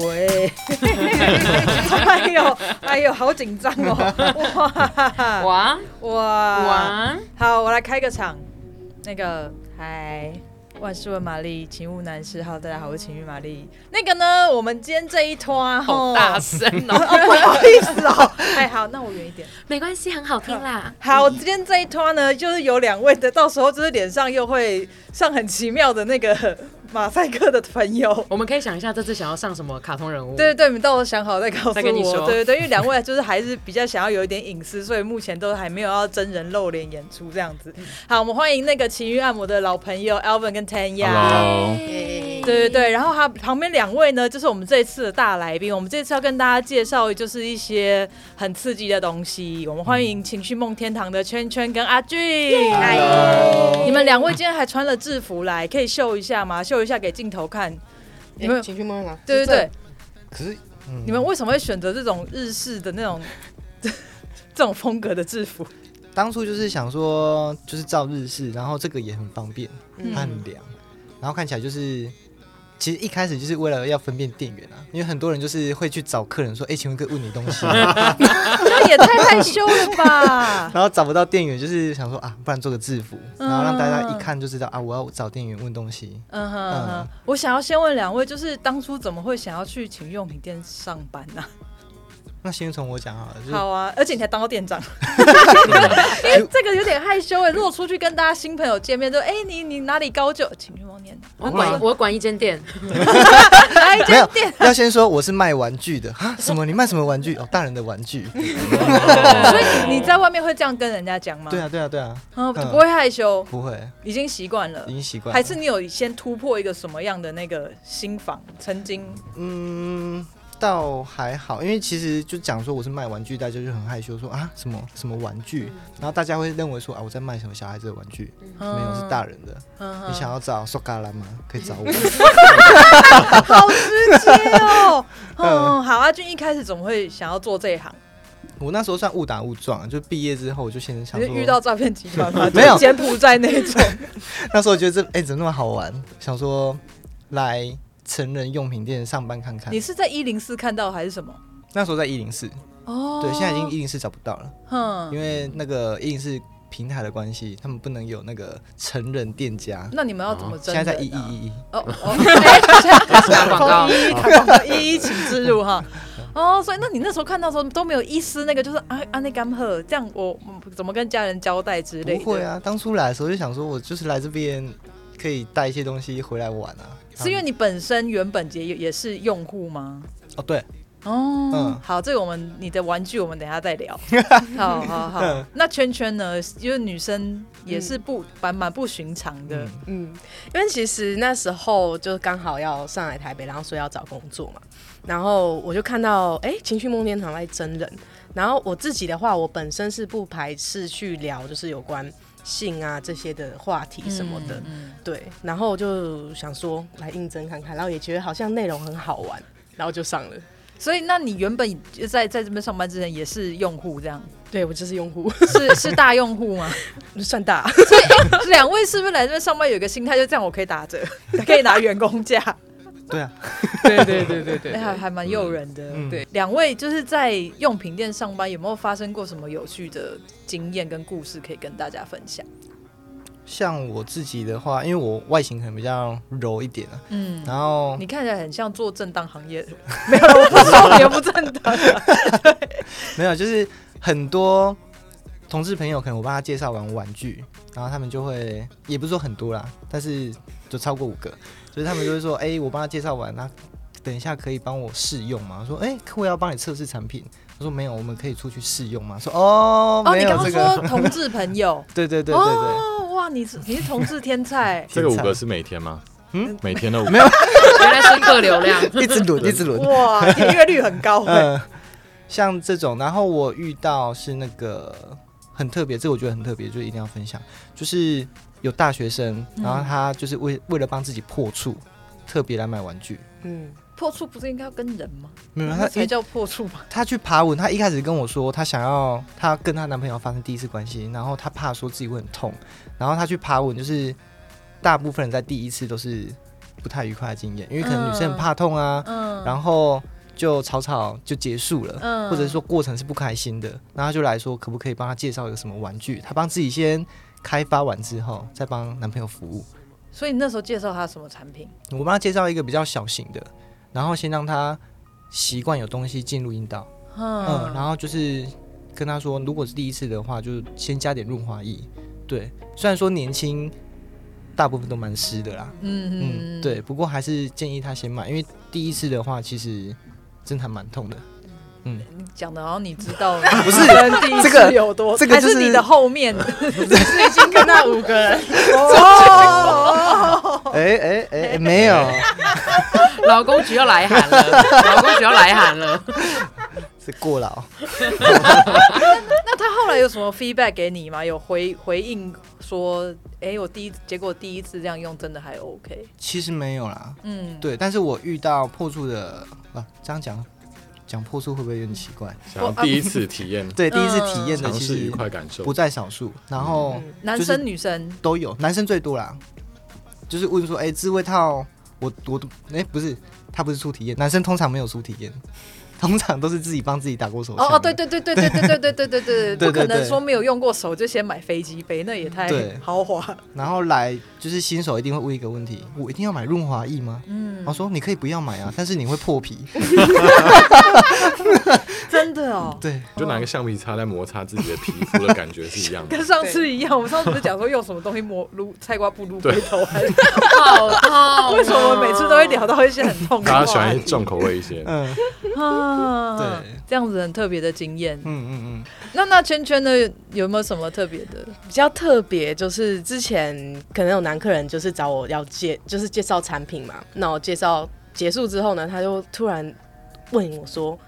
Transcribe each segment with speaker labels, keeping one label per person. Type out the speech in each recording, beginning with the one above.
Speaker 1: 喂，哎呦，哎呦，好紧张哦！
Speaker 2: 哇
Speaker 1: 哇哇！
Speaker 2: 哇，
Speaker 1: 好，我来开个场。那个，嗨，万事问玛丽，请勿男士。Hello，大家好，我是情欲玛丽。那个呢，我们今天这一团
Speaker 2: 好大声
Speaker 1: 哦，
Speaker 2: 哦！
Speaker 1: 不好意思哦。 哎，好，那我远一点。
Speaker 2: 没关系，很好听啦。
Speaker 1: 好，今天这一团呢，就是有两位的，到时候就是脸上又会上很奇妙的那个马赛克的朋友。
Speaker 2: 我们可以想一下这次想要上什么卡通人物？
Speaker 1: 对对对，你们到时候想好再告诉我。
Speaker 2: 再跟你说
Speaker 1: 对对对，因为两位啊就是还是比较想要有一点隐私，所以目前都还没有要真人露脸演出这样子。
Speaker 2: 嗯
Speaker 1: 好，我们欢迎那个情欲按摩的老朋友 Alvin 跟 Tanya。
Speaker 3: Hello，
Speaker 1: 对
Speaker 2: 耶，
Speaker 1: 对对，然后他旁边两位呢，就是我们这一次的大来宾。我们这次要跟大家介绍就是一些很刺激的东西。我们欢迎情绪梦天堂的圈圈跟阿俊。
Speaker 3: Hello
Speaker 1: 你们两位今天还穿了制服来，可以秀一下吗？秀一下给镜头看。你
Speaker 2: 哎
Speaker 1: 们
Speaker 4: 哎情绪梦想，
Speaker 1: 对对对，
Speaker 3: 可是、嗯
Speaker 1: 你们为什么会选择这种日式的那 种这种风格的制服？
Speaker 3: 当初就是想说，就是照日式，然后这个也很方便，
Speaker 1: 嗯
Speaker 3: 它很凉，然后看起来就是，其实一开始就是为了要分辨店员啊，因为很多人就是会去找客人说，哎、请问可以问你东西吗，
Speaker 1: 这也太害羞了 吧！
Speaker 3: 然后找不到店员，就是想说啊，不然做个制服，
Speaker 1: 嗯
Speaker 3: 然后让大家一看就知道啊，我要找店员问东西。
Speaker 1: 嗯哼
Speaker 3: 嗯
Speaker 1: 哼，我想要先问两位，就是当初怎么会想要去情趣用品店上班呢、
Speaker 3: 那先从我讲好了，就是
Speaker 1: 好啊，而且你还当到店 长，因为这个有点害羞哎、如果出去跟大家新朋友见面，就哎、你你哪里高就情趣梦念的，
Speaker 2: 我管我管一间店，
Speaker 1: 哪一
Speaker 3: 没
Speaker 1: 间
Speaker 3: 有
Speaker 1: 店？
Speaker 3: 要先说我是卖玩具的啊，什么你卖什么玩具？哦，大人的玩具。
Speaker 1: 所以你在外面会这样跟人家讲吗？
Speaker 3: 对，啊，对啊，对啊，
Speaker 1: 嗯，不会害羞，
Speaker 3: 不会，
Speaker 1: 已经习惯了
Speaker 3: 已。经习惯了。
Speaker 1: 还是你有先突破一个什么样的那个心房？曾经
Speaker 3: 嗯，倒还好，因为其实就讲说我是卖玩具，大家就很害羞说啊什么什么玩具，
Speaker 1: 嗯
Speaker 3: 然后大家会认为说啊我在卖什么小孩子的玩具，
Speaker 1: 没
Speaker 3: 没有是大人的。
Speaker 1: 人
Speaker 3: 你想要找苏嘎兰吗？可以找 我。
Speaker 1: 好直接 哦。嗯，
Speaker 3: 嗯
Speaker 1: 好，阿俊一开始怎么会想要做这一行？
Speaker 3: 我那时候算误打误撞，就毕业之后我就先想
Speaker 1: 你是
Speaker 3: 说
Speaker 1: 遇到诈骗集团吗？
Speaker 3: 没有
Speaker 1: 就是柬埔寨那 种。
Speaker 3: 那时候觉得这哎、怎么那么好玩，想说来成人用品店上班看看
Speaker 1: 你。是在一零四看到还是什么？
Speaker 3: 那时候在一零四，
Speaker 1: 哦，
Speaker 3: 对，现在已经一零四找不到了，
Speaker 1: 嗯
Speaker 3: 因，为那个一零四平台的关系，他们不能有那个成人店家。
Speaker 1: 那你们要怎么
Speaker 3: 哦
Speaker 1: 争
Speaker 3: 现
Speaker 1: 人
Speaker 3: 在
Speaker 1: 啊？
Speaker 3: 在一一一一。
Speaker 1: 哦 哦， 哎
Speaker 2: 打广告
Speaker 1: 从一一打广告一一请自入哈。 哦，所以那你那时候看到的时候都没有一丝那个，就是啊啊那干喝，这样我我怎么跟家人交代之类
Speaker 3: 不
Speaker 1: 的？
Speaker 3: 会，啊，当初来的时候就想说，我就是来这边可以带一些东西回来玩啊。
Speaker 1: 是因为你本身原本也也是用户吗？
Speaker 3: 哦，对，
Speaker 1: 哦，
Speaker 3: 嗯
Speaker 1: 好，这个我们你的玩具我们等一下再 聊。好好好
Speaker 3: 嗯，
Speaker 1: 那圈圈呢？因为女生也是不蛮蛮不寻常的，
Speaker 3: 嗯
Speaker 4: 嗯，因为其实那时候就刚好要上来台北，然后说要找工作嘛，然后我就看到哎、情绪梦天堂在真人，然后我自己的话，我本身是不排斥去聊就是有关性啊这些的话题什么的，
Speaker 1: 嗯
Speaker 4: 对，然后我就想说来应征看看，然后也觉得好像内容很好玩，然后就上了。
Speaker 1: 所以，那你原本就在在这边上班之前也是用户，这 样
Speaker 4: 对我就是用户，
Speaker 1: 是是大用户吗？
Speaker 4: 算大。
Speaker 1: 两位是不是来这边上班有一个心态，就这样我可以打折， 可以拿员工价，
Speaker 3: 对啊，
Speaker 4: 对对对对 对
Speaker 1: 哎，还还蛮诱人的。
Speaker 3: 嗯，
Speaker 4: 对
Speaker 1: 两位就是在用品店上班，有没有发生过什么有趣的经验跟故事可以跟大家分享？
Speaker 3: 像我自己的话，因为我外形可能比较柔一点啊，
Speaker 1: 嗯，
Speaker 3: 然后
Speaker 1: 你看起来很像做正当行业的， 没有，我不说你又不正当。
Speaker 3: 没有，就是很多同事朋友可能我帮他介绍完玩具，然后他们就会，也不是说很多啦，但是就超过五个，就是他们就会说，哎、我帮他介绍完，那等一下可以帮我试用吗？我说，哎、客户要帮你测试产品，我说没有，我们可以出去试用吗？说哦，
Speaker 1: 哦，你
Speaker 3: 没有
Speaker 1: 刚刚
Speaker 3: 这个，
Speaker 1: 说同志朋友，
Speaker 3: 对 对对对对。
Speaker 1: 哦，哇，你是你是同志天 才
Speaker 5: 这个五个是每天吗？
Speaker 3: 嗯
Speaker 5: 嗯，每天的五个
Speaker 3: 没
Speaker 2: 原来是客流量。
Speaker 3: 一 直轮，一直轮。
Speaker 1: 哇，点阅率很高哎。
Speaker 3: 嗯，像这种，然后我遇到是那个很特别，这个我觉得很特别，就一定要分享，就是有大学生，
Speaker 1: 嗯
Speaker 3: 然后他就是为为了帮自己破处，特别来买玩具。
Speaker 4: 嗯，
Speaker 1: 破处不是应该要跟人吗？
Speaker 3: 没有，
Speaker 1: 哦那
Speaker 3: 嗯他
Speaker 1: 才
Speaker 3: 一
Speaker 1: 叫破处吧？
Speaker 3: 他去爬文，他一开始跟我说，他想要他跟他男朋友发生第一次关系，然后他怕说自己会很痛，然后他去爬文，就是大部分人在第一次都是不太愉快的经验，因为可能女生
Speaker 1: 嗯
Speaker 3: 很怕痛啊，
Speaker 1: 嗯
Speaker 3: 然后就吵吵就结束了，
Speaker 1: 嗯
Speaker 3: 或者说过程是不开心的，然后他就来说可不可以帮他介绍一个什么玩具，他帮自己先开发完之后，再帮男朋友服务。
Speaker 1: 所以你那时候介绍他什么产品？
Speaker 3: 我帮他介绍一个比较小型的，然后先让他习惯有东西进入阴道，
Speaker 1: 嗯，
Speaker 3: 嗯，然后就是跟他说，如果是第一次的话，就先加点润滑液。对，虽然说年轻大部分都蛮湿的啦，
Speaker 1: 嗯
Speaker 3: 嗯，，对，不过还是建议他先买，因为第一次的话其实真的还蛮痛的。
Speaker 1: 你讲的好像你知道
Speaker 3: 不是
Speaker 1: 第一
Speaker 3: 这个
Speaker 1: 次有多，
Speaker 3: 这个
Speaker 1: 还
Speaker 3: 就是是
Speaker 1: 你的后面
Speaker 4: 是已经跟那五个人，
Speaker 1: 哦，
Speaker 3: 哎哎哎，哎没有，
Speaker 2: 老公局要来函了，老公局要来函了。
Speaker 3: 是过劳。
Speaker 1: 那他后来有什么 feedback 给你吗？有回回应说，哎、我第一结果第一次这样用真的还 OK，
Speaker 3: 其实没有啦，
Speaker 1: 嗯，
Speaker 3: 对，但是我遇到破处的啊，这样讲讲破处会不会有点奇怪？
Speaker 1: 嗯
Speaker 5: 想要第一次体验，
Speaker 3: 对，第一次体验的
Speaker 5: 尝
Speaker 3: 其
Speaker 5: 试愉
Speaker 3: 实
Speaker 5: 快感受
Speaker 3: 呃不。在少数，然后
Speaker 1: 男
Speaker 3: 就是
Speaker 1: 生女生，
Speaker 3: 都有，男生最多啦。就是问说，哎、自慰套，我我都哎、不是，他不是初体验，男生通常没有初体验，通常都是自己帮自己打过手枪的。
Speaker 1: 哦哦，对对对对对对对 对对对对，
Speaker 3: 对
Speaker 1: 不可
Speaker 3: 对
Speaker 1: 能
Speaker 3: 对
Speaker 1: 说没有用过手就先买飞机杯，那也太
Speaker 3: 对
Speaker 1: 豪 华。
Speaker 3: 然后来就是新手一定会问一个问题：我一定要买润滑液吗？嗯，我说你可以不要买啊，但是你会破皮。
Speaker 1: 真的哦，
Speaker 3: 对，
Speaker 5: 就拿一个橡皮擦在摩擦自己的皮肤的感觉是一样的
Speaker 1: 跟。上次一样。我们上次不是讲说用什么东西抹撸菜瓜布撸
Speaker 5: 对
Speaker 1: 龟头，还是
Speaker 2: 好痛！
Speaker 1: 为什么我们每次都会？聊到一些很痛的啊话
Speaker 5: 大
Speaker 1: 题？
Speaker 5: 家喜欢重口味一些，
Speaker 3: 嗯
Speaker 1: 啊，
Speaker 3: 对，
Speaker 1: 这样子很特别的经验
Speaker 3: 嗯。嗯嗯，
Speaker 1: 那那圈圈呢，有没有什么特别的？
Speaker 4: 比较特别，就是之前可能有男客人就是找我要介，就是介绍产品嘛。那我介绍结束之后呢，他就突然问我说：“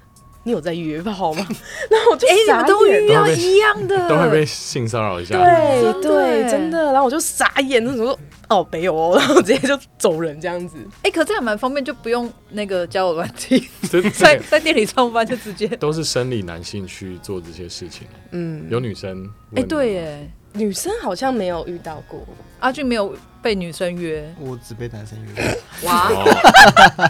Speaker 4: 你有在约炮吗？” 那我就
Speaker 1: 哎、你
Speaker 4: 傻
Speaker 1: 们都
Speaker 4: 眼
Speaker 1: 遇到
Speaker 5: 都会被
Speaker 1: 一样的，
Speaker 5: 都会被性骚扰一下。
Speaker 4: 对
Speaker 1: 真的耶
Speaker 4: 对，真的。然后我就傻眼，那时候说：“哦，没有哦。”然后直接就走人这样子。
Speaker 1: 哎、可这样蛮方便，就不用那个交友软体，
Speaker 5: 真
Speaker 1: 在
Speaker 5: 的
Speaker 1: 在店里上班就直接。
Speaker 5: 都是生理男性去做这些事情。
Speaker 4: 嗯，
Speaker 5: 有女生
Speaker 1: 哎、
Speaker 5: 问
Speaker 1: 对耶，
Speaker 4: 女生好像没有遇到过，
Speaker 1: 阿俊没有被女生 约，
Speaker 3: 我只被男生约。
Speaker 2: 哇，
Speaker 5: 哦，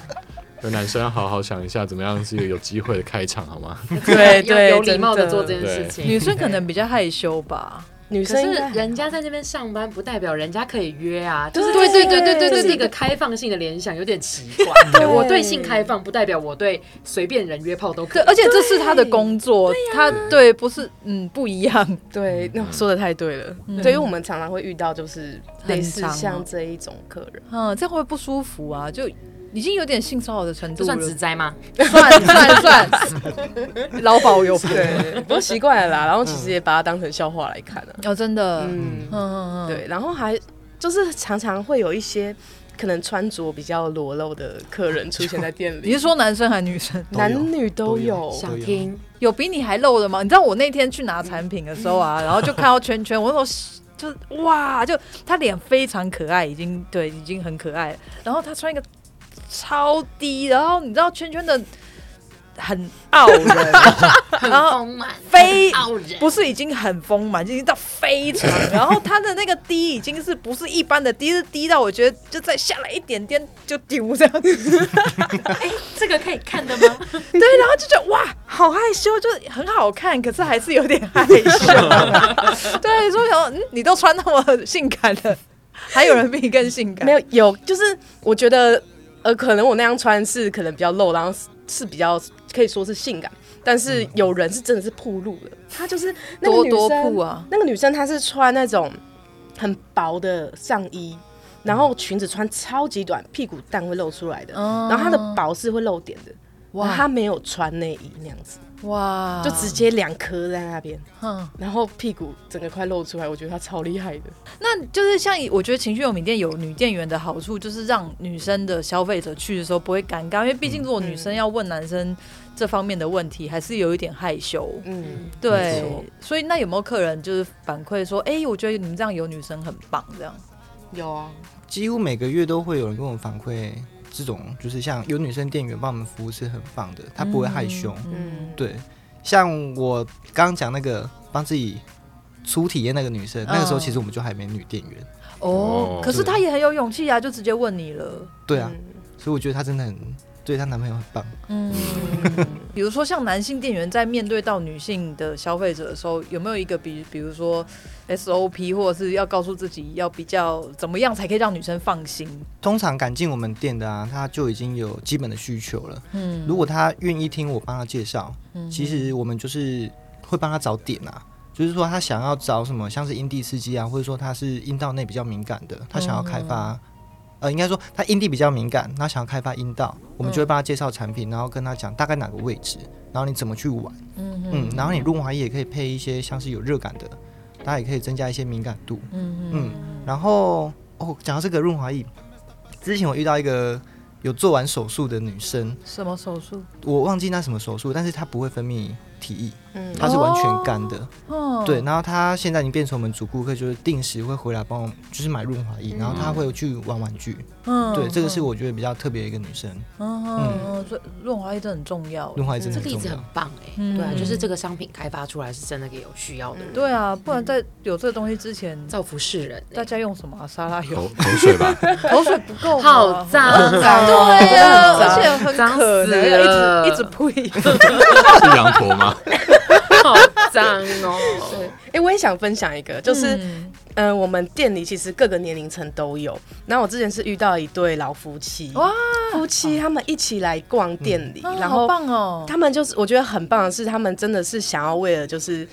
Speaker 5: 有男生要好好想一下，怎么样是一个有机会的开场，好吗？
Speaker 4: 对对
Speaker 2: 要有礼貌的做这件
Speaker 5: 真
Speaker 2: 事
Speaker 5: 的
Speaker 1: 女
Speaker 2: 情。
Speaker 1: 生可能比较害羞吧。
Speaker 4: 女
Speaker 2: 可
Speaker 4: 生
Speaker 2: 是
Speaker 4: 应该
Speaker 2: 人家在那边上班，不代表人家可以约啊。
Speaker 4: 对
Speaker 2: 就是这是一个
Speaker 4: 对对对对
Speaker 2: 这是一
Speaker 4: 对
Speaker 2: 个开放性的联想，有点奇怪。对我对性开放，不代表我对随便人约炮都
Speaker 1: 对，
Speaker 2: 可以。
Speaker 1: 而且这是他的工作，他对不是嗯不一样。
Speaker 4: 对，那 说的太对了。
Speaker 1: 嗯
Speaker 4: 对，因为我们常常会遇到就是类似
Speaker 1: 很长哦
Speaker 4: 像这一种客人，
Speaker 1: 嗯，这样会不会不舒服啊？就已经有点性骚扰的程
Speaker 2: 这
Speaker 1: 度了
Speaker 2: 算。直栽吗？
Speaker 1: 算算算， 劳保有福。
Speaker 4: 对，不过习惯了啦。然后其实也把它当成笑话来看了、
Speaker 1: 哦，真的，嗯
Speaker 4: 嗯，
Speaker 1: 嗯嗯，
Speaker 4: 对，然后还就是常常会有一些可能穿着比较裸露的客人出现在店
Speaker 1: 你
Speaker 4: 里
Speaker 1: 是，说男生还是女生？
Speaker 3: 有
Speaker 4: 男女都有。
Speaker 3: 都有
Speaker 2: 想听
Speaker 1: 有比你还露的吗？你知道我那天去拿产品的时候啊，然后就看到圈圈，我那时候就哇，就他脸非常可爱，已经对，已经很可爱了。然后他穿一个超低，然后你知道圈圈的很 傲人，然后
Speaker 2: 丰满
Speaker 1: 哦非
Speaker 2: 傲人，
Speaker 1: 不是已经很丰满，已经到非常，然后它的那个低已经是不是一般的低，是低到我觉得就再下来一点点就丢这样子。
Speaker 2: 哎这个可以看的吗？
Speaker 1: 对，然后就觉得哇，好害羞，就是很好看，可是还是有点害羞。对，所以我想说，嗯，你都穿那么性感了，还有人比你更性 感？
Speaker 4: 没有有，就是我觉得呃，可能我那样穿是可能比较露，然后是是比较可以说是性感，但是有人是真的是暴露了，她就是那个
Speaker 1: 多
Speaker 4: 女
Speaker 1: 多
Speaker 4: 生
Speaker 1: 铺啊，
Speaker 4: 那个女生她是穿那种很薄的上衣，然后裙子穿超级短，屁股蛋会露出来的，
Speaker 1: 嗯
Speaker 4: 然后她的薄是会露点的。
Speaker 1: 哇啊
Speaker 4: 哇，她没有穿内衣那样子，
Speaker 1: 哇，
Speaker 4: 就直接两颗在那边，
Speaker 1: 哼。
Speaker 4: 然后屁股整个快露出来，我觉得她超厉害的。
Speaker 1: 那就是像以我觉得情趣用品店有女店员的好处，就是让女生的消费者去的时候不会尴尬，因为毕竟如果女生要问男生这方面的问题，还是有一点害羞。
Speaker 4: 嗯，
Speaker 1: 对
Speaker 3: 没错，
Speaker 1: 所以那有没有客人就是反馈说，哎、我觉得你们这样有女生很棒，这样
Speaker 4: 有啊，
Speaker 3: 几乎每个月都会有人跟我反馈，这种就是像有女生店员帮我们服务是很棒的，她不会害羞。
Speaker 1: 嗯
Speaker 4: 嗯，
Speaker 3: 对，像我刚刚讲那个帮自己初体验那个女生，那个时候
Speaker 1: 嗯
Speaker 3: 其实我们就还没女店员。
Speaker 1: 哦
Speaker 5: 哦，
Speaker 1: 可是
Speaker 3: 对
Speaker 1: 他也很有勇气啊，就直接问你了。
Speaker 3: 对啊，
Speaker 4: 嗯
Speaker 3: 所以我觉得她真的很对她男朋友很棒。
Speaker 1: 嗯，比如说像男性店员在面对到女性的消费者的时候，有没有一个比比如说 SOP，或者是要告诉自己要比较怎么样才可以让女生放心？
Speaker 3: 通常敢进我们店的啊，他就已经有基本的需求了。
Speaker 1: 嗯
Speaker 3: 如果他愿意听我帮他介绍，
Speaker 1: 嗯
Speaker 3: 其实我们就是会帮他找点啊，就是说他想要找什么，像是阴蒂刺激啊，或者说他是阴道内比较敏感的，他想要开发，呃，应该说他阴蒂比较敏感，他想要开发阴道，我们就会帮他介绍产品，然后跟他讲大概哪个位置，然后你怎么去玩，
Speaker 1: 嗯
Speaker 3: 嗯，然后你润滑液也可以配一些像是有热感的，大家也可以增加一些敏感度，
Speaker 1: 嗯
Speaker 3: 嗯，然后哦，讲到这个润滑液，之前我遇到一个有做完手术的女生，
Speaker 1: 什么手术？
Speaker 3: 我忘记那什么手术，但是她不会分泌体液，
Speaker 4: 嗯
Speaker 3: 她是完全干的。
Speaker 1: 哦，
Speaker 3: 对，，然后她现在已经变成我们主顾客，就是定时会回来帮我们，就是买润滑液，然后她会去玩玩具。
Speaker 1: 嗯
Speaker 3: 对，这个是我觉得比较特别的一个女生，
Speaker 1: 嗯嗯嗯，所以润滑液真的很重要。
Speaker 3: 润滑液真的
Speaker 2: 这
Speaker 3: 很
Speaker 2: 例
Speaker 3: 重
Speaker 2: 子很
Speaker 3: 要。
Speaker 2: 棒哎、
Speaker 1: 嗯
Speaker 2: 对啊，就是这个商品开发出来是真的给有需要的人，
Speaker 1: 对啊，不然在有这个东西之前，
Speaker 2: 造福世人欸、
Speaker 1: 大家用什么啊沙拉油？
Speaker 3: 哦
Speaker 5: 口口水吧，
Speaker 1: 口水不够吗，
Speaker 2: 好脏哦，
Speaker 1: 对啊，
Speaker 2: 脏
Speaker 1: 而且很
Speaker 2: 脏
Speaker 1: 可
Speaker 2: 死
Speaker 1: 能要
Speaker 2: 了
Speaker 1: 一直一直呸。
Speaker 5: 是羊驼吗？
Speaker 2: 好脏哦。
Speaker 4: 哎、我也想分享一个，就是
Speaker 1: 嗯
Speaker 4: 嗯、呃我们店里其实各个年龄层都有。然后我之前是遇到一对老夫妻，
Speaker 1: 哇，
Speaker 4: 夫妻他们一起来逛店里，
Speaker 1: 啊
Speaker 4: 然
Speaker 1: 好
Speaker 4: 后
Speaker 1: 棒哦，
Speaker 4: 他们就是我觉得很棒的是，他们真的是想要为了就是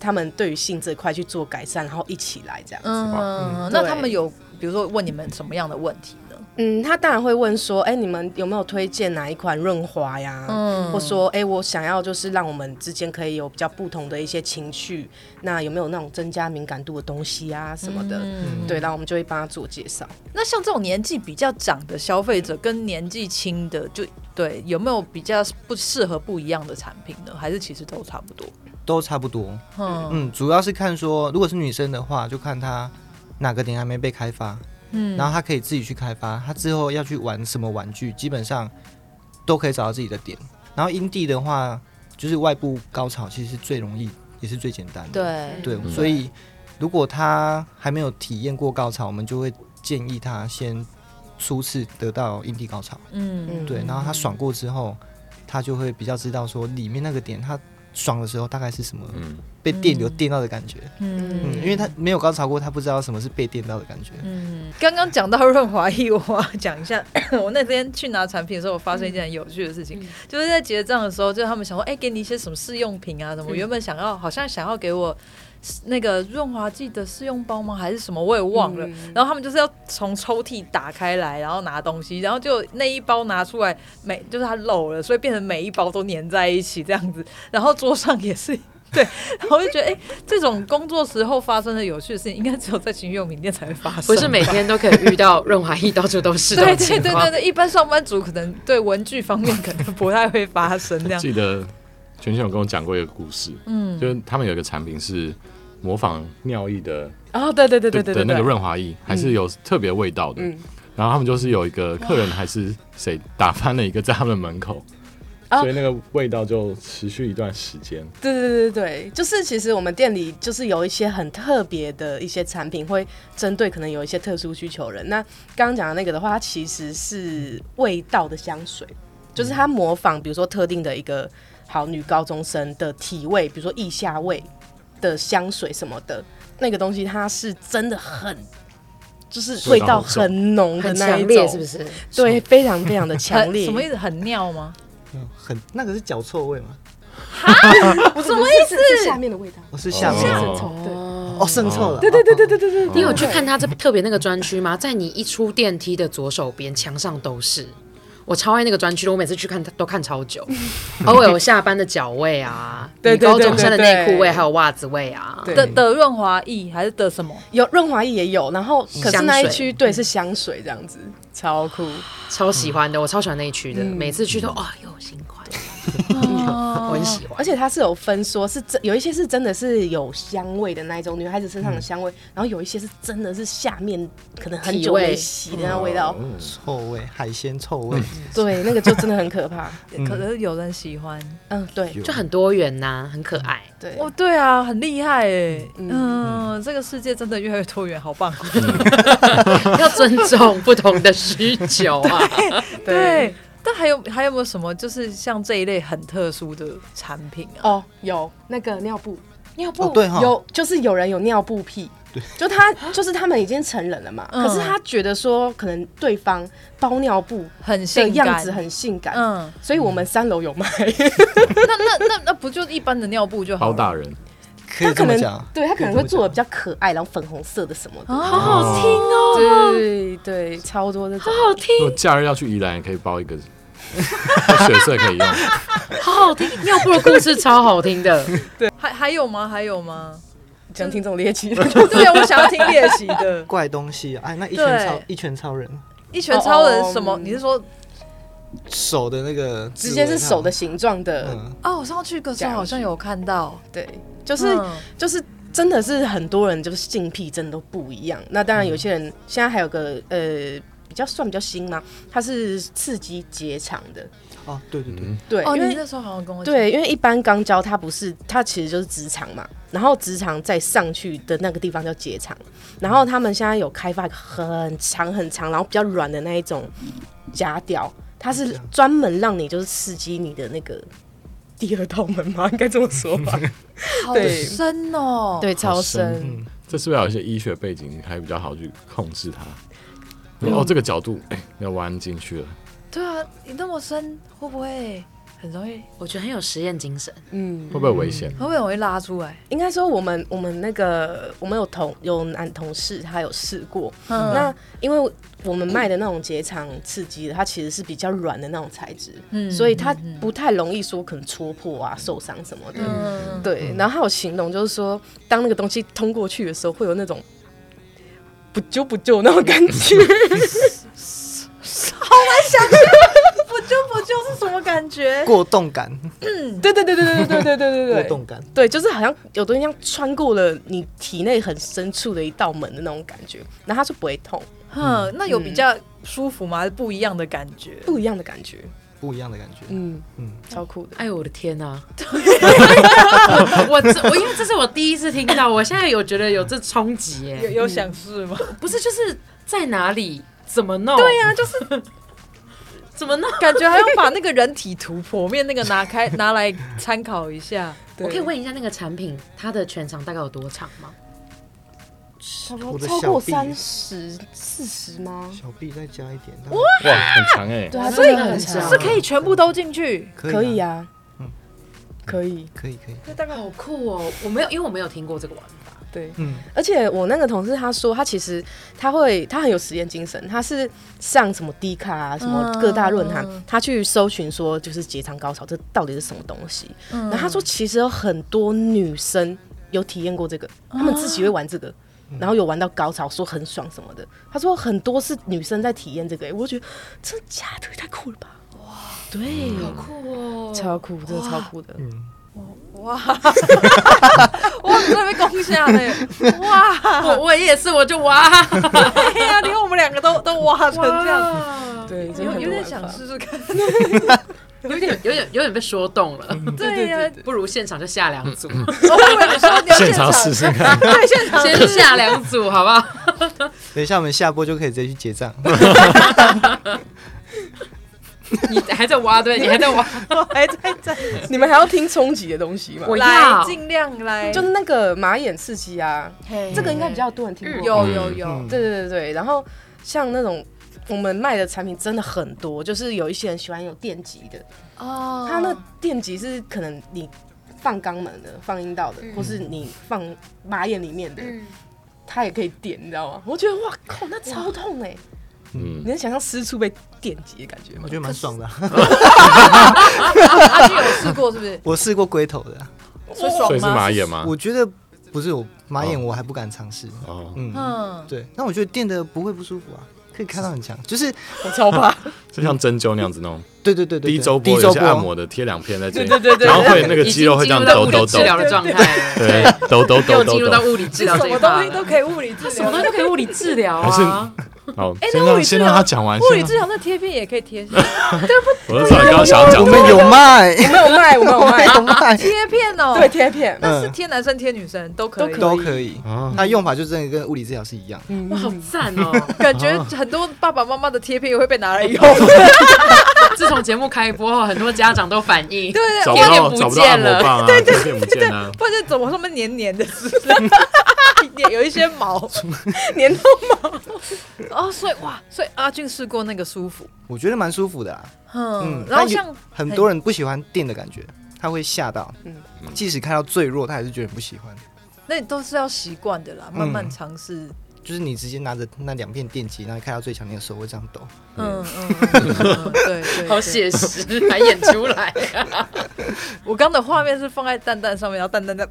Speaker 4: 他们对于性这块去做改善，然后一起来这样。
Speaker 1: 嗯，
Speaker 4: 嗯
Speaker 1: 那
Speaker 4: 对
Speaker 1: 他们有比如说问你们什么样的问题呢？
Speaker 4: 嗯，他当然会问说，哎、你们有没有推荐哪一款润滑呀？
Speaker 1: 嗯
Speaker 4: 或说，哎、我想要就是让我们之间可以有比较不同的一些情绪，那有没有那种增加敏感度的东西啊什么的？
Speaker 1: 嗯
Speaker 4: 对，然后我们就会帮他做介绍。
Speaker 1: 那像这种年纪比较长的消费者跟年纪轻的，就对有没有比较不适合不一样的产品呢？还是其实都差不多？
Speaker 3: 都差不多。
Speaker 1: 嗯
Speaker 3: 嗯，主要是看说，如果是女生的话，就看她哪个点还没被开发，
Speaker 1: 嗯
Speaker 3: 然后她可以自己去开发，她之后要去玩什么玩具，基本上都可以找到自己的点。然后阴蒂的话，就是外部高潮，其实是最容易也是最简单的。
Speaker 1: 对
Speaker 3: 对，
Speaker 5: 嗯
Speaker 3: 所以如果她还没有体验过高潮，我们就会建议她先初次得到阴蒂高潮。
Speaker 1: 嗯
Speaker 4: 嗯
Speaker 3: 对，然后她爽过之后，她就会比较知道说里面那个点，她爽的时候大概是什么
Speaker 5: 嗯，
Speaker 3: 被电流电到的感觉。
Speaker 1: 嗯
Speaker 3: 嗯，因为他没有高潮过，他不知道什么是被电到的感觉。
Speaker 1: 嗯，刚刚讲到润滑液，我要讲一下， 我那天去拿产品的时候，我发生一件很有趣的事情，就是在结账的时候，就是他们想说，哎、给你一些什么试用品啊，什么，
Speaker 2: 嗯
Speaker 1: 原本想要好像想要给我那个润滑剂的试用包吗，还是什么，我也忘了。然后他们就是要从抽屉打开来，然后拿东西，然后就那一包拿出来，每就是它漏了，所以变成每一包都粘在一起这样子，然后桌上也是。 对，然后我就觉得，哎、这种工作时候发生的有趣的事情，应该只有在情趣用品店才会发生吧。
Speaker 2: 不是每天都可以遇到润滑液到处都是
Speaker 1: 对
Speaker 2: 的
Speaker 1: 对
Speaker 2: 情
Speaker 1: 对对
Speaker 2: 况。
Speaker 1: 对，一般上班族可能对文具方面可能不太会发生这样。
Speaker 5: 记得全全有跟我讲过一个故事，
Speaker 1: 嗯，
Speaker 5: 就是他们有一个产品是模仿尿液的
Speaker 4: 哦，对对对对对
Speaker 5: 的
Speaker 4: 对嗯
Speaker 5: 那个
Speaker 4: 对，
Speaker 5: 润滑液，还是有特别味道的。
Speaker 4: 嗯
Speaker 5: 然后他们就是有一个客人还是谁打翻了一个在他们门口，
Speaker 4: 啊
Speaker 5: 所以那个味道就持续一段时间。
Speaker 4: 对对对对对，就是其实我们店里就是有一些很特别的一些产品，会针对可能有一些特殊需求人。那刚刚讲的那个的话，它其实是味道的香水，就是它模仿比如说特定的一个好女高中生的体味，比如说腋下味的香水什么的，那个东西它是真的很。就是味
Speaker 5: 味道
Speaker 4: 道
Speaker 5: 很重
Speaker 4: 很浓的
Speaker 2: 很
Speaker 4: 那
Speaker 2: 强
Speaker 4: 一种，
Speaker 2: 烈是不？是？
Speaker 4: 对，非常非常的强
Speaker 1: 很
Speaker 4: 烈。
Speaker 1: 什么意思？很尿吗？
Speaker 3: 嗯很那个是脚臭味吗？
Speaker 4: 什么意思？是下面的味道。
Speaker 3: 我是下面
Speaker 2: 嗯
Speaker 5: 哦
Speaker 3: 哦，渗臭了。
Speaker 4: 对对对对对对对
Speaker 2: 你有去看他这特别那个专区吗？在你一出电梯的左手边，墙上都是。我超爱那个专区的，我每次去看都看超 久。偶尔有下班的脚味啊，
Speaker 4: 对对
Speaker 2: 女
Speaker 4: 对
Speaker 2: 高中生的
Speaker 4: 对对
Speaker 2: 内裤味，还有袜子味啊。
Speaker 4: 对
Speaker 1: 的的润滑液还是的什么？
Speaker 4: 有润滑液也有，然后可是那一
Speaker 2: 香水
Speaker 4: 区对是香水这样子，超酷。嗯
Speaker 2: 超喜欢的，我超喜欢那一区的，每次去都哦又有新款，我很喜欢。
Speaker 4: 而且它是有分说，是真有一些是真的是有香味的那一种，女孩子身上的香味，然后有一些是真的是下面可能很久
Speaker 2: 体
Speaker 4: 没
Speaker 2: 味
Speaker 4: 洗的那味道，
Speaker 5: 嗯
Speaker 3: 臭味，海鲜臭味，
Speaker 4: 对，那个就真的很可怕。
Speaker 1: 可是有人喜欢，
Speaker 4: 嗯，对
Speaker 2: 就很多元呐、很可爱。
Speaker 4: 对，
Speaker 1: 哦，对啊，很厉害哎，嗯，这个世界真的越来越多元，好棒。
Speaker 2: 要尊重不同的需求 啊。
Speaker 1: 对，但还有还有没有什么就是像这一类很特殊的产品啊？
Speaker 4: 哦，有那个尿布，尿布、
Speaker 3: 哦对哈
Speaker 4: 有就是有人有尿布癖，就他就是他们已经成人了嘛，
Speaker 1: 嗯
Speaker 4: 可是他觉得说可能对方包尿布
Speaker 1: 很
Speaker 4: 的
Speaker 1: 性感
Speaker 4: 样子很性感，
Speaker 1: 嗯，
Speaker 4: 所以我们三楼有卖，
Speaker 1: 那那那那不就一般的尿布就好
Speaker 5: 包
Speaker 1: 了？
Speaker 5: 大人，
Speaker 3: 可
Speaker 4: 他
Speaker 3: 以
Speaker 4: 可
Speaker 3: 这么
Speaker 4: 能
Speaker 3: 讲。
Speaker 4: 对他可能
Speaker 3: 可以这么
Speaker 4: 会
Speaker 3: 讲
Speaker 4: 做的比较可爱，然后粉红色的什么的，
Speaker 1: 啊，好好听哦，
Speaker 4: 对对，超多这种，
Speaker 2: 好好听，
Speaker 5: 如果假日要去宜兰，也可以包一个，水色可以用。
Speaker 2: 好好听，尿布的故事超好听 的。
Speaker 1: 还还有吗？还有吗？
Speaker 4: 想听这种 猎奇的，
Speaker 1: 对啊，我想要听猎奇的
Speaker 3: 怪东西啊！哎，那一
Speaker 1: 对
Speaker 3: 拳超一拳超人
Speaker 1: 一拳超人
Speaker 4: 哦
Speaker 1: 什么？
Speaker 4: 嗯
Speaker 1: 你是说
Speaker 3: 手的那个
Speaker 4: 直接是手的
Speaker 3: 指
Speaker 4: 形状
Speaker 3: 纹
Speaker 4: 的，
Speaker 3: 啊，嗯，
Speaker 1: 哦，我上去的时候好像有看到，
Speaker 4: 对，就、
Speaker 1: 就是嗯
Speaker 4: 就是真的是很多人就是性癖真的都不一样。那当
Speaker 3: 嗯
Speaker 4: 然有些人现在还有个呃比较算比较新嘛，它是刺激结肠的，
Speaker 3: 哦，对对对，
Speaker 5: 嗯，
Speaker 4: 对，
Speaker 1: 哦，
Speaker 4: 因
Speaker 1: 你
Speaker 4: 为
Speaker 1: 那时候好像跟我讲
Speaker 4: 对，因为一般肛交它不是，它其实就是直肠嘛，然后直肠再上去的那个地方叫结肠，然后他们现在有开发一个很长很长，然后比较软的那一种夹屌，它是专门让你就是刺激你的那个第二道门吗？应该这么说吧？
Speaker 1: 好
Speaker 4: 对
Speaker 1: 深哦，
Speaker 4: 对，
Speaker 5: 超
Speaker 4: 超
Speaker 5: 深
Speaker 4: 深。
Speaker 3: 嗯，
Speaker 5: 这是不是要有一些医学背景还比较好去控制它？
Speaker 4: 嗯
Speaker 5: 哦，这个角度，哎、要弯进去了。
Speaker 1: 对啊，你那么深会不会很容易？
Speaker 2: 我觉得很有实验精神，
Speaker 4: 嗯
Speaker 5: 会，不会危险？
Speaker 1: 会不会很容易拉出来？
Speaker 4: 应该说我们我们那个我们有同有男同事他有试过，
Speaker 1: 嗯
Speaker 4: 那因为我们卖的那种结肠刺激的，它其实是比较软的那种材质，
Speaker 1: 嗯
Speaker 4: 所以它不太容易说可能戳破啊、受伤什么的。
Speaker 1: 嗯，
Speaker 4: 对，然后还有形容就是说，当那个东西通过去的时候，会有那种不揪不揪那种感觉。
Speaker 1: 不就不就是什么感觉？
Speaker 3: 过动感，
Speaker 4: 对对对对对对对对嗯
Speaker 3: 过
Speaker 4: 对对对
Speaker 3: 动。感，
Speaker 4: 对，就是好像有东西像穿过了你体内很深处的一道门的那种感觉，然后它是不会痛，嗯
Speaker 1: 哼，那有比较舒服吗？还是不一样的感觉？
Speaker 4: 不一样的感觉，
Speaker 3: 不一样的感觉。
Speaker 4: 嗯
Speaker 3: 嗯
Speaker 4: 超酷的。
Speaker 2: 哎呦我的天 呐、啊！我这我因为这是我第一次听到，我现在有觉得有这冲击
Speaker 1: 有
Speaker 2: 耶，
Speaker 1: 有想试吗？
Speaker 2: 不是就是在哪里怎么弄？对呀、就是 怎么弄？
Speaker 1: 感觉还要把那个人体图剖面那个拿开拿来参考一下。
Speaker 2: 我可以问一下那个产品它的全长大概有多长吗？
Speaker 3: 我的
Speaker 4: 超
Speaker 3: 小
Speaker 4: 过
Speaker 3: 臂
Speaker 4: 三十四十吗？
Speaker 3: 小臂再加一点，
Speaker 5: 哇，很长哎、
Speaker 4: 对啊，
Speaker 2: 所以
Speaker 4: 真的很
Speaker 2: 啊
Speaker 4: 长，
Speaker 1: 是可以全部都进去，
Speaker 3: 可以
Speaker 4: 可以
Speaker 3: 啊，
Speaker 4: 啊，
Speaker 3: 嗯
Speaker 4: 可以。啊
Speaker 3: 可以可以，
Speaker 1: 大概
Speaker 2: 好酷哦！我没有，因为我没有听过这个玩法。
Speaker 4: 对，
Speaker 3: 嗯，
Speaker 4: 而且我那个同事他说，他其实他会，他很有实验精神，他是上什么 D 卡啊，什么各大论坛，
Speaker 1: 嗯
Speaker 4: 他去搜寻说就是结肠高潮这到底是什么东西。
Speaker 1: 嗯
Speaker 4: 然后他说，其实有很多女生有体验过这个，她们自己会玩这个。
Speaker 3: 嗯
Speaker 4: 然后有玩到高潮，说很爽什么的。他说很多是女生在体验这个、欸，我就觉得真的假的，也太酷了吧！哇，对，
Speaker 2: 好酷哦！
Speaker 4: 超酷，真的超酷的。
Speaker 1: 哇，哇，你真的被攻下嘞！哇，
Speaker 2: 我我也是，我就哇，
Speaker 1: 对呀，连我们两个都都哇成这样，
Speaker 2: 样，
Speaker 4: 对，真的
Speaker 1: 有
Speaker 4: 很
Speaker 1: 有点
Speaker 4: 多玩法
Speaker 1: 想试试看。
Speaker 2: 有点有点有点被说动了，
Speaker 1: 对呀，
Speaker 2: 不如现场就下两 组，
Speaker 1: 我以为你说你要啊
Speaker 5: 现
Speaker 1: 现场
Speaker 5: 场试 试看，
Speaker 1: 对现场
Speaker 2: 先下两组，好不好？
Speaker 3: 等一下我们下播就可以直接去结 账。
Speaker 2: 你还在挖对，你还在挖，
Speaker 1: 我还在在，
Speaker 4: 你们还要听冲击的东西吗？
Speaker 2: 我
Speaker 1: 来
Speaker 2: 要
Speaker 1: 尽量来，
Speaker 4: 就是那个马眼刺激啊，这个应该比较多人听过。
Speaker 1: 有有
Speaker 3: 嗯
Speaker 1: 有，
Speaker 4: 对对对对，然后像那种。我们卖的产品真的很多，就是有一些人喜欢有电极的，
Speaker 5: 嗯
Speaker 1: 哦
Speaker 4: 它那电极是可能你放肛门的、放阴道的，
Speaker 1: 嗯
Speaker 4: 或是你放马眼里面的，它也可以电，你知道吗？我觉得哇靠，那超痛哎、
Speaker 5: 嗯
Speaker 4: 你，能想象私处被电极的感觉
Speaker 3: 我
Speaker 4: 吗
Speaker 3: 觉？得蛮爽的 啊，
Speaker 1: 阿俊有试过是不 是？
Speaker 3: 我试过龟头的啊，
Speaker 1: 是
Speaker 5: 所
Speaker 1: 爽
Speaker 5: 以是
Speaker 1: 吗
Speaker 5: 马？眼吗？
Speaker 3: 我觉得不是我马眼我还不敢尝试，
Speaker 5: 啊哦，
Speaker 3: 嗯，
Speaker 1: 嗯，
Speaker 3: 对，那我觉得电的不会不舒服啊，可以开到很强，就是
Speaker 4: 我超怕，
Speaker 5: 就像针灸那样子弄，
Speaker 3: 对对对对，
Speaker 5: 第一周
Speaker 3: 第
Speaker 5: 播
Speaker 3: 一
Speaker 5: 有
Speaker 3: 周
Speaker 5: 些
Speaker 3: 播
Speaker 5: 按摩的贴两片在这里，
Speaker 4: 对对对对
Speaker 5: 然后会那个
Speaker 2: 已
Speaker 5: 肌
Speaker 2: 经
Speaker 5: 肉会这样
Speaker 2: 进入到
Speaker 5: 抖
Speaker 2: 物理
Speaker 5: 抖抖
Speaker 2: 治，疗的状态了，
Speaker 5: 对，抖抖抖
Speaker 2: 又进入
Speaker 5: 抖
Speaker 2: 到
Speaker 5: 抖。
Speaker 2: 物理治疗
Speaker 1: 什
Speaker 2: 这一
Speaker 1: 么
Speaker 2: 趴
Speaker 1: 东西
Speaker 2: 了
Speaker 1: 都可以物理治疗，
Speaker 2: 什么东西都可以物理治疗啊！
Speaker 5: 好，
Speaker 1: 哎，
Speaker 5: 先
Speaker 1: 那物
Speaker 5: 让
Speaker 1: 理治
Speaker 5: 先
Speaker 1: 疗
Speaker 5: 让他讲完。
Speaker 1: 物理
Speaker 5: 先
Speaker 1: 治疗那贴片也可以贴， 贴
Speaker 5: 让我在想，刚刚想要讲
Speaker 3: 我
Speaker 5: 这
Speaker 3: 们
Speaker 5: 个，
Speaker 3: 有卖，
Speaker 4: 我没有卖，我没有卖，
Speaker 3: 有卖，
Speaker 1: 片哦，
Speaker 4: 对，贴片。
Speaker 1: 那是
Speaker 3: 嗯
Speaker 1: 贴男生贴女生都可以，
Speaker 3: 都可以。
Speaker 5: 啊，
Speaker 3: 它用法就真的跟物理治疗是一样的。
Speaker 2: 哇，好赞哦！
Speaker 1: 感觉很多爸爸妈妈的贴片也会被拿来用，
Speaker 2: 自从节目开播后，很多家长都反
Speaker 1: 对
Speaker 2: 映，
Speaker 1: 对
Speaker 5: 找
Speaker 1: 对，
Speaker 2: 贴片
Speaker 5: 不到
Speaker 2: 不
Speaker 5: 找不到按
Speaker 2: 见
Speaker 5: 摩
Speaker 2: 了
Speaker 5: 棒啊，贴片不见啊，
Speaker 1: 不然就怎么上面黏黏的 之类的，有一些毛
Speaker 4: 年头
Speaker 1: 哦，所以哇，所以阿俊试过那个舒服，
Speaker 3: 我觉得蛮舒服的啦，
Speaker 1: 嗯
Speaker 3: 嗯，
Speaker 1: 然后
Speaker 3: 但有
Speaker 1: 像
Speaker 3: 很多人不喜欢电的感觉，他会吓到
Speaker 4: 嗯。
Speaker 3: 即使看到最弱，他还是觉得不喜欢。
Speaker 1: 那都是要习惯的啦，
Speaker 3: 嗯
Speaker 1: 慢慢尝试，
Speaker 3: 就是你直接拿着那两片电极，然后看到最强烈的手会这样抖。
Speaker 1: 嗯嗯，嗯嗯对对，
Speaker 2: 好
Speaker 1: 对
Speaker 2: 写实，还演出 来。
Speaker 1: 我刚的画面是放在蛋蛋上面，然后蛋蛋在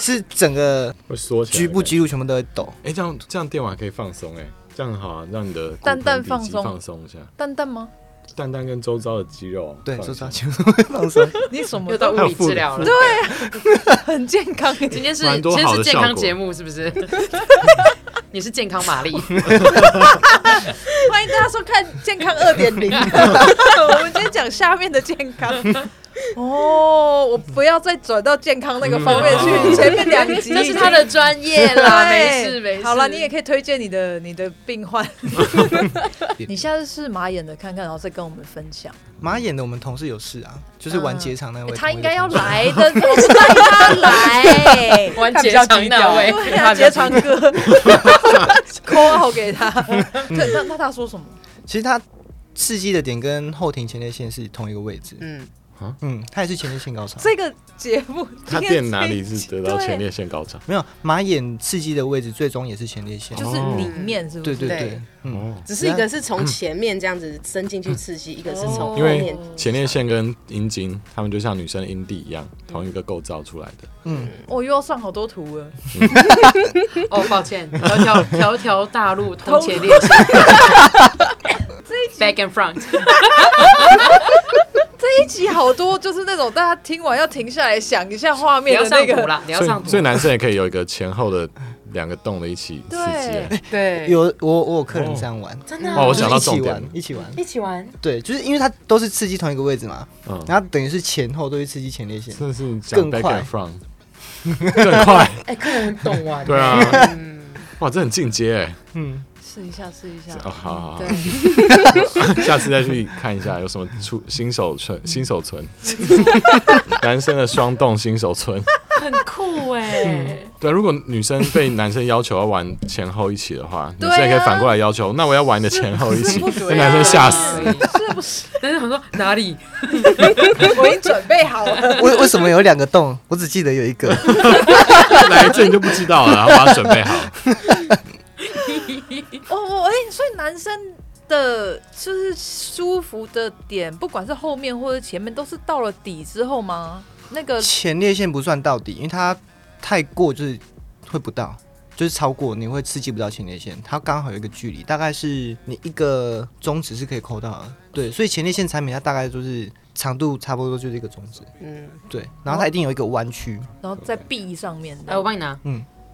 Speaker 3: 是整个
Speaker 5: 会缩起来。
Speaker 3: 局部肌肉全部都会抖。
Speaker 5: 哎，这样这样电玩可以放松哎，这样很好啊，让你的骨
Speaker 1: 蛋蛋
Speaker 5: 盆底肌
Speaker 1: 放松
Speaker 5: 放松一下，
Speaker 1: 蛋蛋吗？
Speaker 5: 蛋蛋跟周遭的肌肉啊
Speaker 3: 对，
Speaker 5: 放
Speaker 3: 周遭
Speaker 5: 松
Speaker 3: 全部会放松。
Speaker 1: 你什么
Speaker 2: 又到
Speaker 1: 都
Speaker 2: 物理治疗了。
Speaker 1: 很健康，
Speaker 2: 今天是
Speaker 5: 蛮
Speaker 2: 今
Speaker 5: 多
Speaker 2: 天
Speaker 5: 好
Speaker 2: 是
Speaker 5: 的
Speaker 2: 健
Speaker 5: 效果
Speaker 2: 康节目，是 不是？你是健康玛丽，
Speaker 1: 欢迎大家收看《健康二点 零》。我们今天讲下面的健康。 哦，我不要再转到健康那个方面去，前面两集。
Speaker 2: 这是他的专业啦，没事没事。
Speaker 1: 好了，你也可以推荐你的你的病患。你下次试马眼的看看，然后再跟我们分享。
Speaker 3: 马眼的我们同事有事啊，就是玩结场那位
Speaker 1: 欸
Speaker 3: 同一
Speaker 1: 他应
Speaker 3: 个同事、
Speaker 1: 该要来的，怎么不带他来？
Speaker 2: 完
Speaker 4: 他比
Speaker 2: 结
Speaker 4: 较
Speaker 2: 肠
Speaker 4: 低
Speaker 2: 那
Speaker 4: 调
Speaker 2: 位，
Speaker 1: 对啊，结肠 哥，call out 给他。对，那那他说什么？
Speaker 3: 其实他刺激的点跟后庭前列腺是同一个位置。
Speaker 4: 嗯，
Speaker 3: 嗯，他也是前列腺高潮。
Speaker 1: 这个节目
Speaker 5: 他
Speaker 1: 今天
Speaker 5: 电哪里是
Speaker 1: 这一
Speaker 5: 得
Speaker 1: 集
Speaker 5: 到
Speaker 1: 对
Speaker 5: 前列腺高潮？
Speaker 3: 没有马眼刺激的位置，最终也是前列腺。
Speaker 1: 就是里面是不
Speaker 3: 对
Speaker 1: 是？
Speaker 3: 对对，
Speaker 4: 对
Speaker 3: 嗯，
Speaker 5: 哦，
Speaker 4: 只是一个是从前面这样子伸进去刺激，一个是从后
Speaker 5: 嗯因为
Speaker 4: 面。
Speaker 1: 哦
Speaker 5: 前列腺跟阴茎，它们就像女生的阴蒂一样，同一个构造出来的。
Speaker 3: 嗯，
Speaker 1: 我哦又要上好多图了，
Speaker 2: 哦，抱歉，条条 条条大路通前列腺。Back and front，
Speaker 1: 这一集好多就是那种大家听完要停下来想一下画
Speaker 2: 你
Speaker 1: 面
Speaker 2: 要
Speaker 1: 的那
Speaker 2: 上图
Speaker 1: 个。
Speaker 2: 啦，你要
Speaker 5: 所
Speaker 2: 上
Speaker 5: 以，
Speaker 2: 图
Speaker 5: 所以。男生也可以有一个前后的两个洞的一起刺
Speaker 1: 对
Speaker 5: 激。
Speaker 4: 对，
Speaker 3: 有我我有客人这样玩，
Speaker 4: 真的
Speaker 5: 哦，
Speaker 4: 啊
Speaker 5: 我想到
Speaker 3: 就是一
Speaker 5: 重
Speaker 3: 起
Speaker 5: 点了
Speaker 3: 玩，一起玩，
Speaker 2: 一起玩，
Speaker 3: 对，就是因为它都是刺激同一个位置嘛，
Speaker 5: 嗯，
Speaker 3: 然后等于是前后都会刺激前列 腺。
Speaker 5: 真的是讲
Speaker 3: 更
Speaker 5: back
Speaker 3: 快
Speaker 5: and front，更快，
Speaker 2: 哎，客人很懂玩。
Speaker 5: 对啊，哇，这很进阶哎。
Speaker 3: 嗯，
Speaker 1: 试一下，试一下。
Speaker 5: 哦，好好好
Speaker 1: 对，，
Speaker 5: 下次再去看一下有什么出新手村、新手 村，男生的双洞新手村。
Speaker 2: 很酷 哎。
Speaker 5: 对，如果女生被男生要求要玩前后一起的话，女
Speaker 1: 对
Speaker 5: 生也可以
Speaker 1: 啊
Speaker 5: 反过来要求，那我要玩你的前后一起，
Speaker 1: 是
Speaker 2: 啊
Speaker 5: 被男生吓死。
Speaker 2: 是不是？男生很说哪里？
Speaker 1: 我已经准备好了。哦
Speaker 3: 为为什么有两个洞？我只记得有一 个。
Speaker 5: 来这你就不知道了，然后我要准备好。
Speaker 1: 哦，我哎，所以男生的就是舒服的点，不管是后面或者前面，都是到了底之后吗？那个
Speaker 3: 前列腺不算到底，因为它太过就是会不到，就是超过你会刺激不到前列腺，它刚好有一个距离，大概是你一个中指是可以抠到的。对，所以前列腺产品它大概就是长度差不多就是一个中指，
Speaker 4: 嗯，
Speaker 3: 对，然后它一定有一个弯曲，
Speaker 1: 然后在壁上面的。
Speaker 2: 哎来，我帮你拿。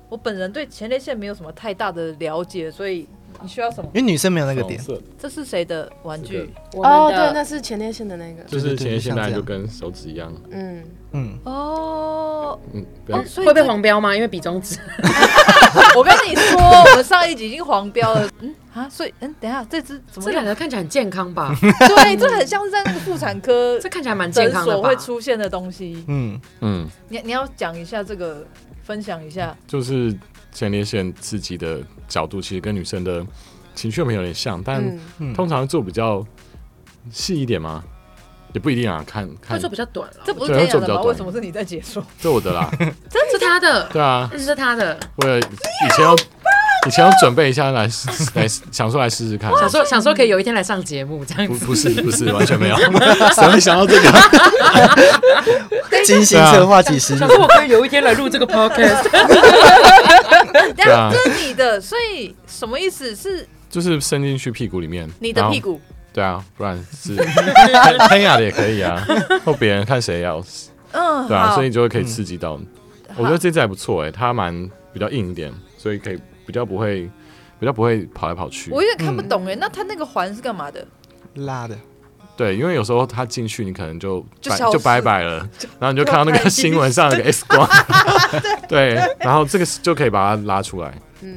Speaker 1: 我本人对前列腺没有什么太大的了解，所以你需要什么？
Speaker 3: 因为女生没有那个点
Speaker 5: 红，色
Speaker 1: 这是谁的玩
Speaker 5: 这个
Speaker 1: 具？
Speaker 2: 我
Speaker 4: 哦，
Speaker 2: 们
Speaker 4: 对，
Speaker 2: 的
Speaker 4: 那是前列腺的那个，
Speaker 5: 就是前列腺大
Speaker 3: 像
Speaker 5: 概
Speaker 3: 这样
Speaker 5: 就跟手指一样，
Speaker 4: 嗯，
Speaker 3: 嗯，
Speaker 1: 哦，
Speaker 5: 嗯，不要
Speaker 1: 哦，所以
Speaker 2: 会被
Speaker 1: 这
Speaker 2: 黄标吗？因为比中指。
Speaker 1: 我跟你说，我们上一集已经黄标了。嗯啊，所以嗯，等一下这只怎么
Speaker 2: 这
Speaker 1: 样？
Speaker 2: 两个看起来很健康 吧？
Speaker 1: 对，这很像是在那个妇产科
Speaker 2: 这看起来蛮健
Speaker 1: 诊
Speaker 2: 康的
Speaker 1: 所
Speaker 2: 吧
Speaker 1: 会？出现的东西。
Speaker 3: 嗯，
Speaker 5: 嗯，
Speaker 1: 你你要讲一下这个，分享一下。
Speaker 5: 就是前列腺刺激的角度，其实跟女生的情绪没有点像，但
Speaker 4: 嗯
Speaker 3: 嗯
Speaker 5: 通常做比较细一点吗？也不一定啊，看
Speaker 2: 会
Speaker 5: 看
Speaker 2: 做比较短了。
Speaker 1: 这不是这
Speaker 5: 对它走
Speaker 1: 样的
Speaker 5: 比较
Speaker 1: 吗？
Speaker 5: 短
Speaker 1: 为什么是你在解说？
Speaker 5: 这我的啦，
Speaker 2: 这是他的，
Speaker 5: 对啊，
Speaker 2: 这是他的。
Speaker 5: 我有以前要以前要准备一下来试来想说来试试看，
Speaker 2: 想说想说可以有一天来上节目这样
Speaker 5: 不
Speaker 2: 子。
Speaker 5: 不是不是完 全没有，谁会想到这个？
Speaker 3: 精心
Speaker 5: 啊
Speaker 3: 策划几十年
Speaker 2: 想，说我可以有一天来 录这个 podcast，
Speaker 1: 等一
Speaker 5: 对
Speaker 1: 下
Speaker 5: 啊
Speaker 1: 这是你的，所以什么意思？是
Speaker 5: 就是伸进去屁股里面，
Speaker 1: 你的屁，股？
Speaker 5: 对啊，不然 是天雅的也可以啊，或别人看谁要，
Speaker 1: 嗯，
Speaker 5: 对啊，
Speaker 1: 好嗯
Speaker 5: 所以你就会可以刺激到。我觉得这次还不错哎、它蛮比较硬一点，所以可以比较不会比较不会跑来跑去。
Speaker 1: 我有点看不
Speaker 5: 嗯
Speaker 1: 懂哎、那它那个环是干嘛的？
Speaker 3: 拉的，
Speaker 5: 对，因为有时候他进去，你可能就
Speaker 1: 就
Speaker 5: 拜
Speaker 1: 消失
Speaker 5: 就拜拜了，然后你就看到那
Speaker 1: 就拜
Speaker 5: 个新闻上那 个 X 光，对，然后这个就可以把它拉出来。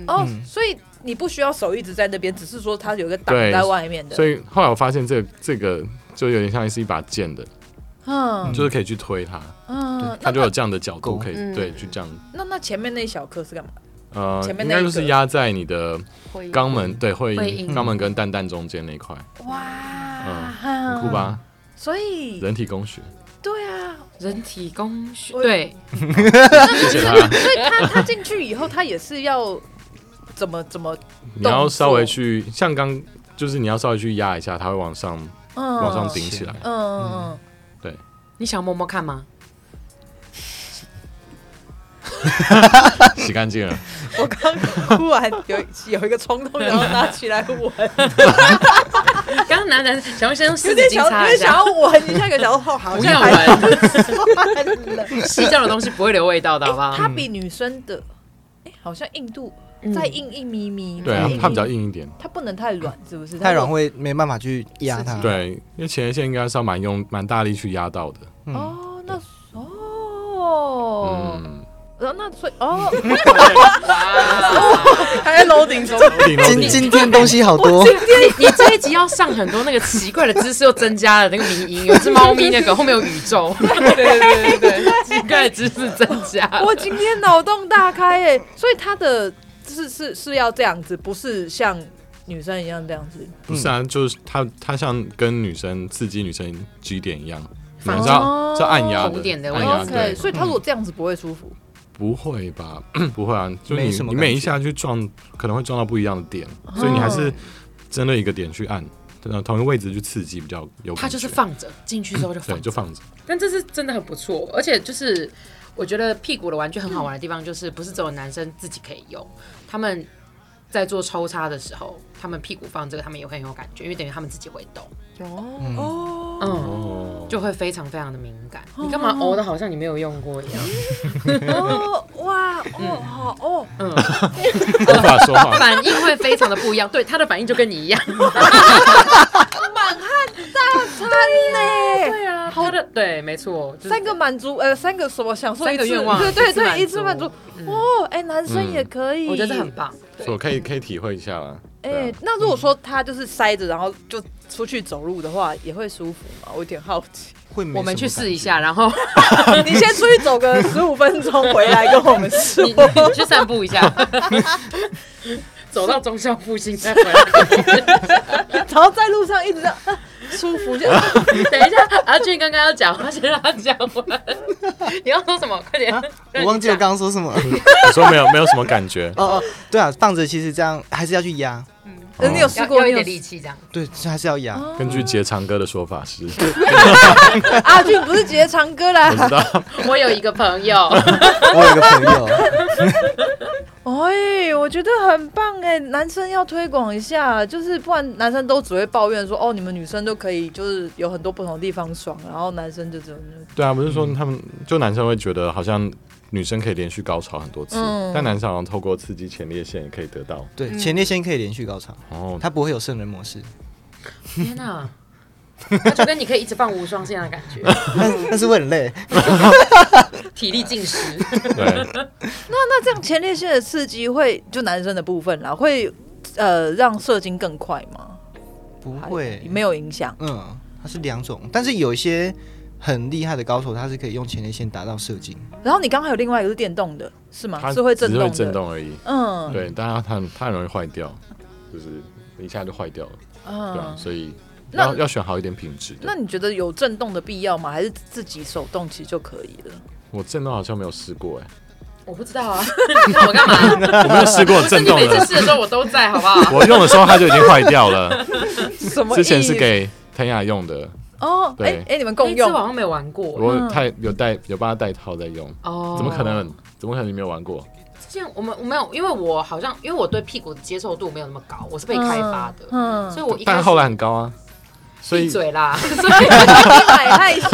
Speaker 1: 哦，
Speaker 5: 嗯
Speaker 1: 所以你不需要手一直在那边，只是说它有一个挡
Speaker 5: 对
Speaker 1: 在外面的。
Speaker 5: 所以后来我发现这个这个就有点像是一把剑的，
Speaker 1: 嗯
Speaker 5: 就是可以去推它，
Speaker 1: 嗯，那
Speaker 5: 它就有这样的角度
Speaker 3: 勾
Speaker 5: 可以
Speaker 4: 嗯
Speaker 5: 对去这样，
Speaker 1: 那那前面那一小颗是干嘛？
Speaker 5: 呃
Speaker 1: 前，面
Speaker 5: 应
Speaker 1: 那一
Speaker 5: 该就是
Speaker 1: 个嗯
Speaker 5: 压在你的
Speaker 4: 会
Speaker 5: 肛门对会
Speaker 2: 会
Speaker 5: 阴
Speaker 2: 阴
Speaker 5: 肛门跟蛋蛋中间那一块，
Speaker 1: 哇，
Speaker 5: 嗯很酷吧？
Speaker 1: 所以
Speaker 5: 人体工学，
Speaker 1: 对啊，
Speaker 2: 人体工学
Speaker 1: 我
Speaker 2: 对，
Speaker 5: 谢谢他。
Speaker 1: 所以他他进去以后，他也是要怎么怎么
Speaker 5: 你要
Speaker 1: 动
Speaker 5: 稍微
Speaker 1: 作
Speaker 5: 去像刚就是你要稍微去压一下，它会往上
Speaker 1: 嗯
Speaker 5: 往上顶起来。
Speaker 1: 嗯嗯嗯，
Speaker 2: 你想摸摸看吗？
Speaker 5: 洗干净了，
Speaker 1: 我刚突然有有一个冲动，然后拿起来闻，
Speaker 2: 刚刚男男想要先用
Speaker 1: 有
Speaker 2: 湿纸
Speaker 1: 点
Speaker 2: 巾
Speaker 1: 想要，
Speaker 2: 擦
Speaker 1: 有
Speaker 2: 一
Speaker 1: 点想
Speaker 2: 下，
Speaker 1: 要闻一下，有点想要后好
Speaker 2: 不要
Speaker 1: 像还
Speaker 2: 闻，
Speaker 1: 算了。
Speaker 2: 洗掉的东西不会留味道的，好不好？
Speaker 1: 它比女生的，哎，好像硬度
Speaker 2: 嗯
Speaker 1: 再硬一咪咪。
Speaker 5: 对啊
Speaker 1: 再硬，
Speaker 5: 它比较
Speaker 1: 一咪咪，
Speaker 5: 硬一点。
Speaker 1: 它不能太软，是不是？
Speaker 3: 太软
Speaker 1: 会
Speaker 3: 会没办法去压它。，
Speaker 5: 对，因为前列腺应该是要蛮用蛮大力去压到的。
Speaker 3: 嗯
Speaker 1: 哦，那哦，
Speaker 5: 嗯，
Speaker 1: 然后那所以 哦，
Speaker 2: 啊
Speaker 4: 还在楼顶中，
Speaker 5: 顶楼
Speaker 3: 今
Speaker 5: 顶
Speaker 3: 今天东西好多，
Speaker 2: 你这一集要上很多那个奇怪的姿势，又增加了那个迷音，有一只猫咪那个后面有宇宙， 对对对对对， 奇怪的姿势增加。
Speaker 1: 我今天脑洞大开哎，所以它的是是是要这样子，不是像女生一样这样子。
Speaker 5: 不是啊，就是它它像跟女生刺激女生 G 点一样，你们是
Speaker 1: 哦
Speaker 5: 要是要按压
Speaker 2: 红点的
Speaker 5: 按压
Speaker 1: OK，
Speaker 5: 对，
Speaker 1: 所以他如果这样子不会舒服，
Speaker 5: 不会吧？ 不会啊，就
Speaker 3: 没
Speaker 5: 你
Speaker 3: 什么
Speaker 5: 你
Speaker 3: 感
Speaker 5: 每一
Speaker 3: 觉
Speaker 5: 下去撞，可能会撞到不一样的点，所以你还是针对一个点去按，呃，同一个位置去刺激比较有感觉。
Speaker 2: 它就是放着，进去之后就放
Speaker 5: 对，
Speaker 2: 着
Speaker 5: 就放着。
Speaker 2: 但这是真的很不错，而且就是我觉得屁股的玩具很好玩的地方，就是不是只有男生自己可以用，他们在做抽插的时候，他们屁股放这个，他们也会很有感觉，因为等于他们自己会动，
Speaker 4: 啊
Speaker 2: 嗯，
Speaker 5: 哦，
Speaker 2: 就会非常非常的敏感。你干嘛哦的好像你没有用过一样？
Speaker 1: 哦哇哦
Speaker 2: 嗯
Speaker 1: 好哦，
Speaker 5: 无法说话。
Speaker 2: 反应会非常的不一样， 对他的反应就跟你一样。
Speaker 1: 真的耶
Speaker 2: 对啊，他的对，没错，就是
Speaker 1: 三个满足呃三个什么享受一
Speaker 2: 三个
Speaker 1: 次
Speaker 2: 愿望
Speaker 1: 对
Speaker 2: 一
Speaker 1: 对
Speaker 2: 次
Speaker 1: 对，
Speaker 2: 满足嗯
Speaker 1: 一次满足哦，哎男生也可以，
Speaker 2: 我觉得这很棒。
Speaker 5: 所以我可以可以体会一下啦。对
Speaker 1: 哎
Speaker 5: 啊，
Speaker 1: 那如果说他就是塞着，然后就出去走路的话，也会舒服吗？我有点好 奇。
Speaker 3: 会没
Speaker 2: 我们
Speaker 3: 什么
Speaker 2: 去
Speaker 3: 感
Speaker 2: 试
Speaker 3: 觉
Speaker 2: 一。下，然后
Speaker 1: 你先出去走个十五分钟，回来跟我们说
Speaker 2: 你。你去散步一下，走到中校复兴再回来。
Speaker 1: 然后在路上一直这样、 啊舒服， 就
Speaker 2: 等一下，阿俊刚刚要讲话，先让他讲完。你要说什么？快点！
Speaker 3: 我忘记我刚刚说什么，
Speaker 5: 我啊说没有没有什么感觉
Speaker 3: 哦哦，对啊，放着其实这样还是要去压，
Speaker 1: 呃你有试
Speaker 2: 哦要
Speaker 1: 过
Speaker 2: 要一
Speaker 1: 你有
Speaker 2: 点力气这样。
Speaker 3: 对，还是要压。
Speaker 5: 根据杰长哥的说法是， 我
Speaker 1: 阿俊啊不是杰长哥啦，
Speaker 5: 知道，
Speaker 2: 我有一个朋友，
Speaker 3: 我有个朋 友，
Speaker 1: 哎，我觉得很棒哎，男生要推广一下，就是不然男生都只会抱怨说哦，你们女生都可以，就是有很多不同的地方爽，然后男生就只有
Speaker 5: 对啊，不是说他们就男生会觉得好像女生可以连续高潮很多次，
Speaker 1: 嗯
Speaker 5: 但男生好像透过刺激前列腺也可以得到。
Speaker 3: 对，前列腺可以连续高潮，
Speaker 5: 哦，
Speaker 3: 它不会有圣人模式，
Speaker 2: 天哪！他就跟你可以一直放无双这样的感觉，
Speaker 3: 但但是会很累。
Speaker 2: 体力尽失。
Speaker 5: 对，
Speaker 1: 那这样前列腺的刺激会就男生的部分啦，会呃让射精更快吗？
Speaker 3: 不
Speaker 1: 还
Speaker 3: 会，
Speaker 1: 没有影响。
Speaker 3: 嗯，它是两种，但是有一些很厉害的高手，他是可以用前列腺达到射 精。
Speaker 1: 然后你刚刚还有另外一个是电动的，是吗？
Speaker 5: 它
Speaker 1: 是会
Speaker 5: 只
Speaker 1: 震
Speaker 5: 是
Speaker 1: 动
Speaker 5: 会
Speaker 1: 的。
Speaker 5: 震动而已。
Speaker 1: 嗯
Speaker 5: 对，啊但它它很它很容易坏掉，就是一下就坏掉了，对啊，
Speaker 1: 嗯，
Speaker 5: 所以
Speaker 1: 那
Speaker 5: 要要选好一点品质
Speaker 1: 那
Speaker 5: 的。
Speaker 1: 你觉得有震动的必要吗？还是自己手动其实就可以了？
Speaker 5: 我震动好像没有试过哎，
Speaker 2: 我不知道啊， 你看我干 嘛？
Speaker 5: 我没有试过震
Speaker 2: 你
Speaker 5: 动
Speaker 2: 每次
Speaker 5: 的，
Speaker 2: 试的时候我都在，好不好？
Speaker 5: 我用的时候它就已经坏 掉了。
Speaker 1: 什么意思？
Speaker 5: 之前是给腾雅用的，
Speaker 1: 哦，哎
Speaker 5: 对
Speaker 1: 哎、你们共
Speaker 2: 那一次我
Speaker 1: 用
Speaker 2: 好像没玩过
Speaker 5: 我太有带有帮他带套在用，
Speaker 2: 嗯哦，
Speaker 5: 怎么可？能？怎么可能你没有玩过？
Speaker 2: 这样我们我没有，因为我好像因为我对屁股的接受度没有那么高，我是被开发的，
Speaker 1: 嗯，
Speaker 2: 所以我一开
Speaker 5: 但
Speaker 2: 始
Speaker 5: 后来很高啊，所
Speaker 2: 闭
Speaker 5: 以
Speaker 2: 嘴 啦！
Speaker 1: 太哎害羞，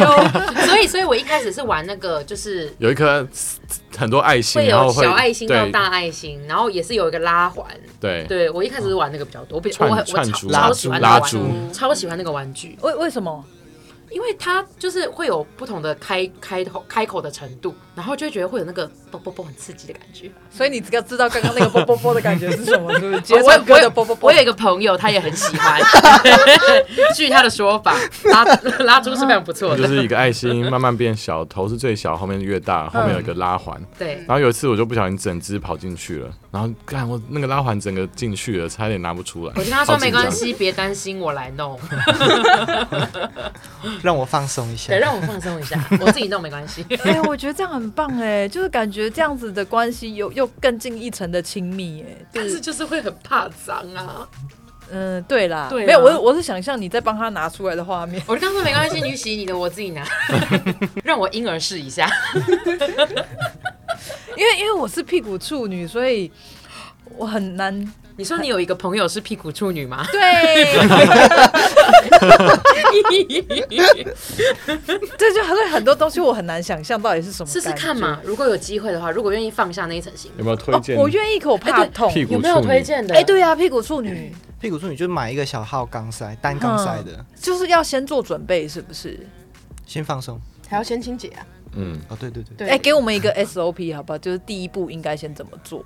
Speaker 2: 所以，所以我一开始是玩那个，就是
Speaker 5: 有一颗很多爱心，
Speaker 2: 会
Speaker 5: 然后
Speaker 2: 有
Speaker 5: 会
Speaker 2: 小爱心到
Speaker 5: 对
Speaker 2: 大爱心，然后也是有一个拉环。
Speaker 5: 对
Speaker 2: 对我一开始是玩那个比较多，我比我
Speaker 5: 串
Speaker 2: 我
Speaker 5: 串
Speaker 2: 超
Speaker 5: 珠
Speaker 2: 超喜欢那
Speaker 5: 拉
Speaker 2: 个玩
Speaker 5: 珠
Speaker 2: 具，超喜欢那个玩具，
Speaker 1: 为为什么？
Speaker 2: 因为它就是会有不同的开开头开口的程度，然后就会觉得会有那个啵啵啵很刺激的感觉。
Speaker 1: 所以你只要知道刚刚那个啵啵啵的感觉是什么，是不是？节
Speaker 2: 我
Speaker 1: 奏歌的啵啵啵
Speaker 2: 我有，一个朋友，他也很喜 欢。据他的说法，拉拉珠是非常不错的。
Speaker 5: 就是一个爱心慢慢变小，头是最小，后面越大，后面有一个拉环。
Speaker 2: 对，
Speaker 5: 然后有一次我就不小心整只跑进去了，然后看我那个拉环整个进去了，差点拿不出来。
Speaker 2: 我就跟他说
Speaker 5: 好紧
Speaker 2: 没
Speaker 5: 张
Speaker 2: 关，系，别担心，我来弄。
Speaker 3: 让我放松一下
Speaker 2: 对，。让我放松一 下，我自己弄没关系。
Speaker 1: 哎、我觉得这样很棒哎、就是感觉这样子的关系有又更进一层的亲密哎、
Speaker 2: 但是就是会很怕脏啊。
Speaker 1: 嗯，对啦，
Speaker 2: 对啊
Speaker 1: 没有我我是想象你在帮他拿出来的画面，
Speaker 2: 我就刚说没关系，你洗你的，我自 己拿，让我婴儿试一下。
Speaker 1: 因为因为我是屁股处女，所以我很难？
Speaker 2: 你说你有一个朋友是屁股处女 吗
Speaker 1: 对，这就所以很多东西我很难想象到底是什么，
Speaker 2: 试试看。嘛，如果有机会的话，如果愿意放下那一层心，
Speaker 5: 有没有推
Speaker 1: 哦，
Speaker 5: 荐？
Speaker 1: 我愿意，可我怕
Speaker 2: 哎对
Speaker 1: 痛。
Speaker 5: 屁股
Speaker 2: 有没有
Speaker 5: 处女
Speaker 2: 推荐的？
Speaker 1: 哎、对呀、啊，屁股处女
Speaker 3: 屁股处女就买一个小号钢塞，单钢塞的，
Speaker 1: 就是要先做准备，是不是？
Speaker 3: 先放松。
Speaker 4: 还要先清洁啊。
Speaker 5: 嗯，
Speaker 3: 哦，对对对，
Speaker 4: 对，
Speaker 1: 哎、给我们一个 SOP 好不好？就是第一步应该先怎么做？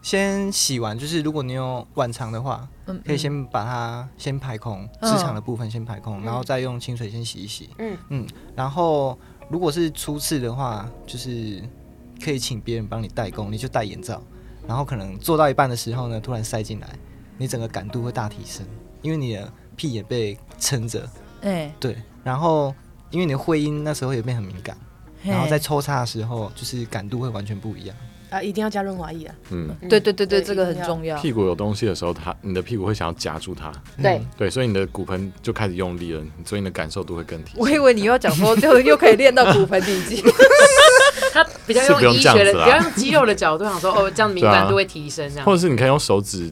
Speaker 3: 先洗完，就是如果你有晚肠的话，
Speaker 1: 嗯，
Speaker 3: 可以先把它先排空，
Speaker 1: 嗯
Speaker 3: 市场的部分先排空，然后再用清水先洗一洗。
Speaker 2: 嗯
Speaker 3: 嗯嗯，然后如果是初次的话，就是可以请别人帮你代工，你就戴眼罩，然后可能做到一半的时候呢，突然塞进来，你整个感度会大提升，因为你的屁眼被撑着，
Speaker 1: 哎、
Speaker 3: 对，然后因为你的会阴那时候也变很敏感，
Speaker 1: 嘿
Speaker 3: 然后在抽插的时候，就是感度会完全不一样。
Speaker 4: 啊，一定要加润滑液啊。
Speaker 5: 嗯，
Speaker 2: 嗯
Speaker 1: 对对对对，
Speaker 4: 对
Speaker 1: 这个
Speaker 4: 一
Speaker 1: 很
Speaker 4: 定要
Speaker 1: 重要。
Speaker 5: 屁股有东西的时候，它你的屁股会想要夹住它，
Speaker 2: 对，
Speaker 5: 对，所以你的骨盆就开始用力了，所以你的感受度会更提
Speaker 1: 我
Speaker 5: 升。
Speaker 1: 以为你又要讲说，就又可以练到骨盆底肌，
Speaker 2: 他比较
Speaker 5: 是不用
Speaker 2: 用医学的，
Speaker 5: 这样子啦啊
Speaker 2: 比较用肌肉的角度想说，哦，这样敏感度会提升，这样
Speaker 5: 或。者是你可以用手指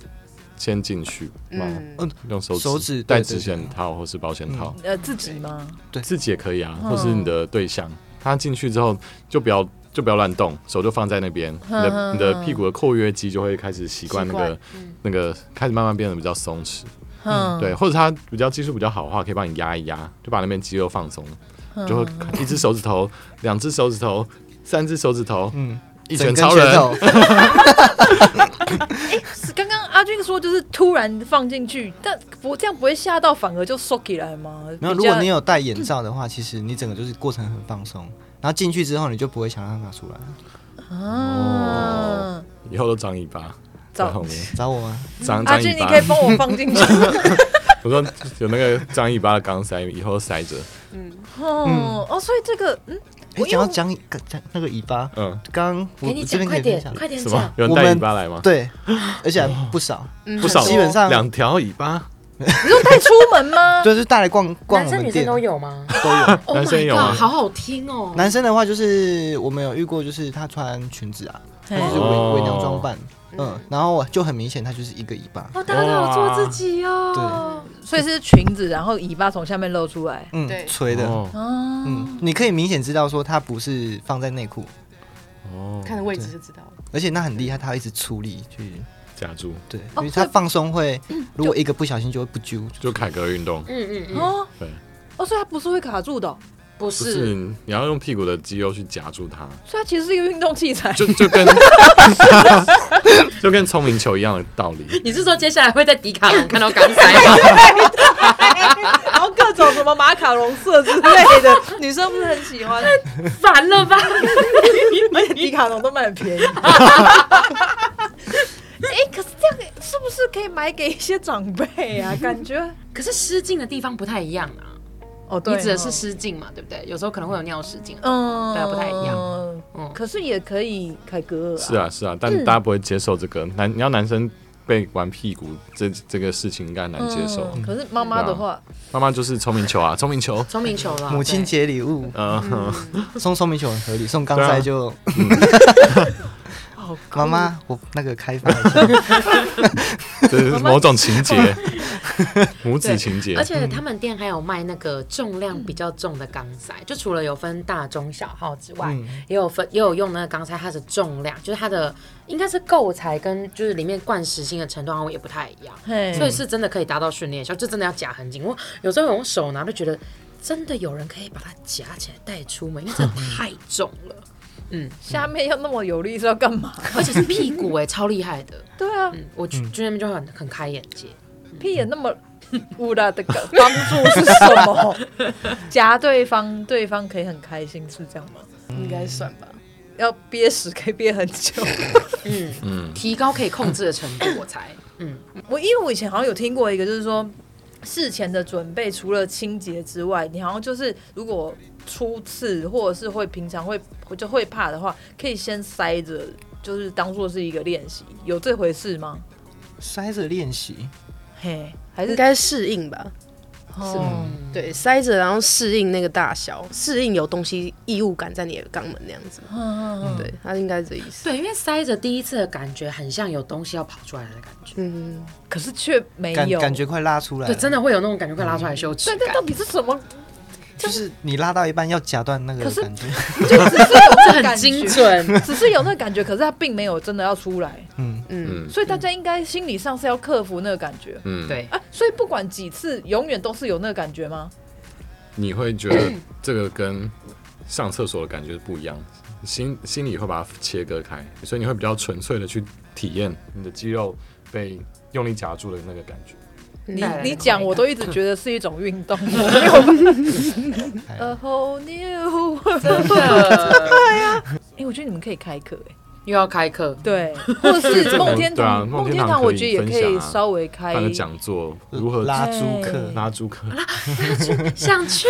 Speaker 5: 先进去，嗯，
Speaker 4: 嗯，
Speaker 5: 用手指
Speaker 3: 手指
Speaker 5: 戴
Speaker 3: 对
Speaker 5: 指
Speaker 3: 对
Speaker 5: 险
Speaker 3: 对
Speaker 5: 套或是保险
Speaker 2: 嗯
Speaker 5: 套，
Speaker 1: 呃，自己吗？
Speaker 5: 自己也可以啊，
Speaker 1: 嗯
Speaker 5: 或是你的对象，他进去之后就不要就不要乱动，手就放在那边，你
Speaker 1: 嗯
Speaker 5: 的你的屁股的括约肌就会开始习惯那
Speaker 4: 习
Speaker 5: 个那个开始慢慢变得比较松弛，
Speaker 1: 嗯，
Speaker 5: 对，或者他比较技术比较好的话，可以帮你压一压，就把那边肌肉放松，
Speaker 1: 嗯
Speaker 5: 就会一只手指 头、两只手指头、三只手指头，嗯
Speaker 3: 嗯，
Speaker 5: 一
Speaker 3: 整
Speaker 5: 拳
Speaker 3: 根
Speaker 5: 超人
Speaker 3: 拳，头
Speaker 1: 是刚刚阿俊说就是突然放进去，但不这样不会吓到，反而就缩起来吗？
Speaker 3: 然后
Speaker 1: 比
Speaker 3: 如
Speaker 1: 较
Speaker 3: 果你有戴眼罩的话，其实你整个就是过程很放松，然后进去之后你就不会想让它拿出来。
Speaker 1: 啊，
Speaker 5: 以后都长尾巴。在
Speaker 1: 找
Speaker 5: 后 面
Speaker 3: 找我吗？
Speaker 5: 长
Speaker 1: 阿
Speaker 5: 长
Speaker 1: 俊，
Speaker 5: 尾
Speaker 1: 你可以
Speaker 5: 巴，
Speaker 1: 帮我放进去。
Speaker 5: 我说有那个长尾巴的钢塞，以后塞着，
Speaker 1: 哦哦，所以这个嗯，
Speaker 3: 哎
Speaker 1: 我，因为
Speaker 3: 讲到讲讲那个尾巴，
Speaker 5: 嗯，
Speaker 3: 刚刚我
Speaker 2: 给你
Speaker 3: 我这
Speaker 2: 讲，
Speaker 3: 边可
Speaker 2: 快
Speaker 3: 以分
Speaker 2: 点
Speaker 3: 享，，
Speaker 2: 快点
Speaker 5: 什么
Speaker 2: 讲？。嗯
Speaker 5: 有人带尾巴来吗？
Speaker 3: 对，而且还不少，
Speaker 5: 不少，
Speaker 3: 基本上
Speaker 5: 两条尾巴，
Speaker 1: 你说带出门 吗？
Speaker 3: 就是带来逛逛
Speaker 2: 男
Speaker 3: 我
Speaker 2: 生
Speaker 3: 们
Speaker 2: 女生
Speaker 3: 店。啊
Speaker 2: 都有吗
Speaker 3: 都有，
Speaker 2: ？Oh
Speaker 5: 男生
Speaker 2: my
Speaker 5: 有啊
Speaker 2: god，好好听哦。
Speaker 3: 男生的话就是我们有遇过，就是他穿裙子啊，
Speaker 1: 嘿
Speaker 3: 就是伪
Speaker 5: 哦
Speaker 3: 伪娘装扮，嗯，然后就很明显他就是一个尾巴，
Speaker 2: 哦，大家都好做自己哦。
Speaker 1: 所以是裙子，然后尾巴从下面露出来。
Speaker 3: 嗯
Speaker 4: 对，
Speaker 3: 垂的，
Speaker 5: 哦
Speaker 1: 哦，
Speaker 3: 嗯，你可以明显知道说他不是放在内裤，
Speaker 5: 哦，
Speaker 4: 看的位置就知道了。
Speaker 3: 而且那很厉害，他会一直出力去，
Speaker 5: 夹住，
Speaker 3: 对，
Speaker 1: 哦
Speaker 3: 因为他放 松会，如果一个不小心就会不揪，
Speaker 5: 就凯格尔运动，
Speaker 2: 嗯嗯嗯，
Speaker 1: 哦
Speaker 5: 对，
Speaker 1: 哦，所以它不是会卡住的哦，
Speaker 2: 不
Speaker 5: 就是是，你要用屁股的肌肉去夹住它，
Speaker 1: 所以它其实是一个运动器 材。
Speaker 5: 就就跟就跟聪明球一样的道理。
Speaker 2: 你是说接下来会在迪卡侬看到钢塞吗？
Speaker 1: 然后各种什么马卡龙色之类 的，女生不是很喜欢，
Speaker 2: 烦了吧？
Speaker 1: 而且迪卡侬都卖很便宜。哎、可是这样是不是可以买给一些长辈啊？感觉
Speaker 2: 可是失禁的地方不太一样啊，
Speaker 1: 哦，
Speaker 2: 你指的是失禁嘛，对不对？有时候可能会有尿失禁。
Speaker 1: 嗯，
Speaker 2: 对啊不太一
Speaker 1: 样。
Speaker 2: 嗯
Speaker 1: 可是也可以凯格尔、
Speaker 5: 是，啊是啊，但大家不会接受这个男，你要男生被玩屁股这这个事情应该很难接受。
Speaker 1: 嗯
Speaker 2: 嗯
Speaker 5: 嗯
Speaker 1: 可是妈妈的话，
Speaker 5: 妈妈就是聪明球啊，聪明球，
Speaker 2: 聪明
Speaker 1: 啊
Speaker 2: 球了，
Speaker 3: 母亲节礼物
Speaker 5: 嗯，
Speaker 3: 送送米酒很合理，送钢
Speaker 5: 对啊
Speaker 3: 塞就
Speaker 1: 好酷
Speaker 3: 妈妈，我那个开发一 下，
Speaker 5: 这是某种情节，母子情节
Speaker 2: 而。且他们店还有卖那个重量比较重的钢塞，就除了有分大、中、小号之外，
Speaker 3: 嗯
Speaker 2: 也有分也有用那个钢塞，它的重量就是它的应该是构材跟就是里面灌实性的程度好像也不太一样，
Speaker 1: 嘿
Speaker 2: 所以是真的可以达到训练效果，就真的要夹很紧。我有时候用手拿就觉得真的有人可以把它夹起来带出门，因为真的太重了，
Speaker 1: 下面要那么有力是要干嘛？
Speaker 2: 而且是屁股哎、超厉害的。
Speaker 1: 对啊，
Speaker 2: 嗯，我去去那边就很很开眼界。
Speaker 1: 屁眼那 么乌拉的个帮助是什 么？夹对方，对方可以很开心，是这样吗？
Speaker 4: 应该算吧。
Speaker 1: 要憋屎可以憋很 久。
Speaker 2: 嗯，
Speaker 5: 嗯，
Speaker 2: 提高可以控制的程度，我才嗯。
Speaker 1: 我因为我以前好像有听过一个，就是说事前的准备，除了清洁之外，你好像就是如果初次或者是会平常会我就会怕的话，可以先塞着，就是当做是一个练习，有这回事吗？
Speaker 3: 塞着练习，
Speaker 1: 嘿，还
Speaker 4: 应
Speaker 1: 是
Speaker 4: 该适应吧，
Speaker 2: 嗯
Speaker 1: 哦，
Speaker 4: 对，塞着然后适应那个大小，适应有东西异物感在你的肛门那样子，
Speaker 1: 嗯
Speaker 4: 对，它应该是这意思。
Speaker 2: 对，因为塞着第一次的感觉很像有东西要跑出来的感觉，
Speaker 4: 嗯，
Speaker 1: 可是却没
Speaker 3: 感
Speaker 1: 有
Speaker 3: 感。觉快拉出来了，
Speaker 2: 对，嗯真的会有那种感觉快拉出来的羞耻
Speaker 1: 对，
Speaker 2: 感
Speaker 1: 那，到底是 什么？
Speaker 3: 就是你拉到一半要夹断那个
Speaker 1: 可是
Speaker 3: 感觉，
Speaker 1: 就只是有那个
Speaker 2: 这很
Speaker 1: 感
Speaker 2: 精
Speaker 1: 觉，
Speaker 2: 准。
Speaker 1: 只是有那个感觉，可是他并没有真的要出来，
Speaker 3: 嗯，
Speaker 5: 嗯
Speaker 1: 所以大家应该心理上是要克服那个感觉。
Speaker 5: 嗯，，
Speaker 2: 对，
Speaker 1: 啊，所以不管几次，永远都是有那个感觉吗？
Speaker 5: 你会觉得这个跟上厕所的感觉不一样，心心里会把它切割开，所以你会比较纯粹的去体验你的肌肉被用力夹住的那个感觉。
Speaker 1: 你
Speaker 2: 带来的
Speaker 1: 你
Speaker 2: 快
Speaker 1: 讲，
Speaker 2: 感
Speaker 1: 我都一直觉得是一种运动。没有 办
Speaker 5: 哎
Speaker 1: A whole new world 哎，我觉得你们可以开课哎，
Speaker 2: 呃又要开课，
Speaker 1: 对，或者是梦天
Speaker 5: 对啊
Speaker 1: 堂，
Speaker 5: 梦
Speaker 1: 梦
Speaker 5: 天
Speaker 1: 天
Speaker 5: 堂
Speaker 1: 堂，
Speaker 5: 可以
Speaker 1: 我觉得也可以
Speaker 5: 分享啊
Speaker 1: 稍微开
Speaker 5: 办个讲座，如何
Speaker 3: 拉租
Speaker 1: 对
Speaker 3: 客，
Speaker 5: 拉住客，
Speaker 2: 想去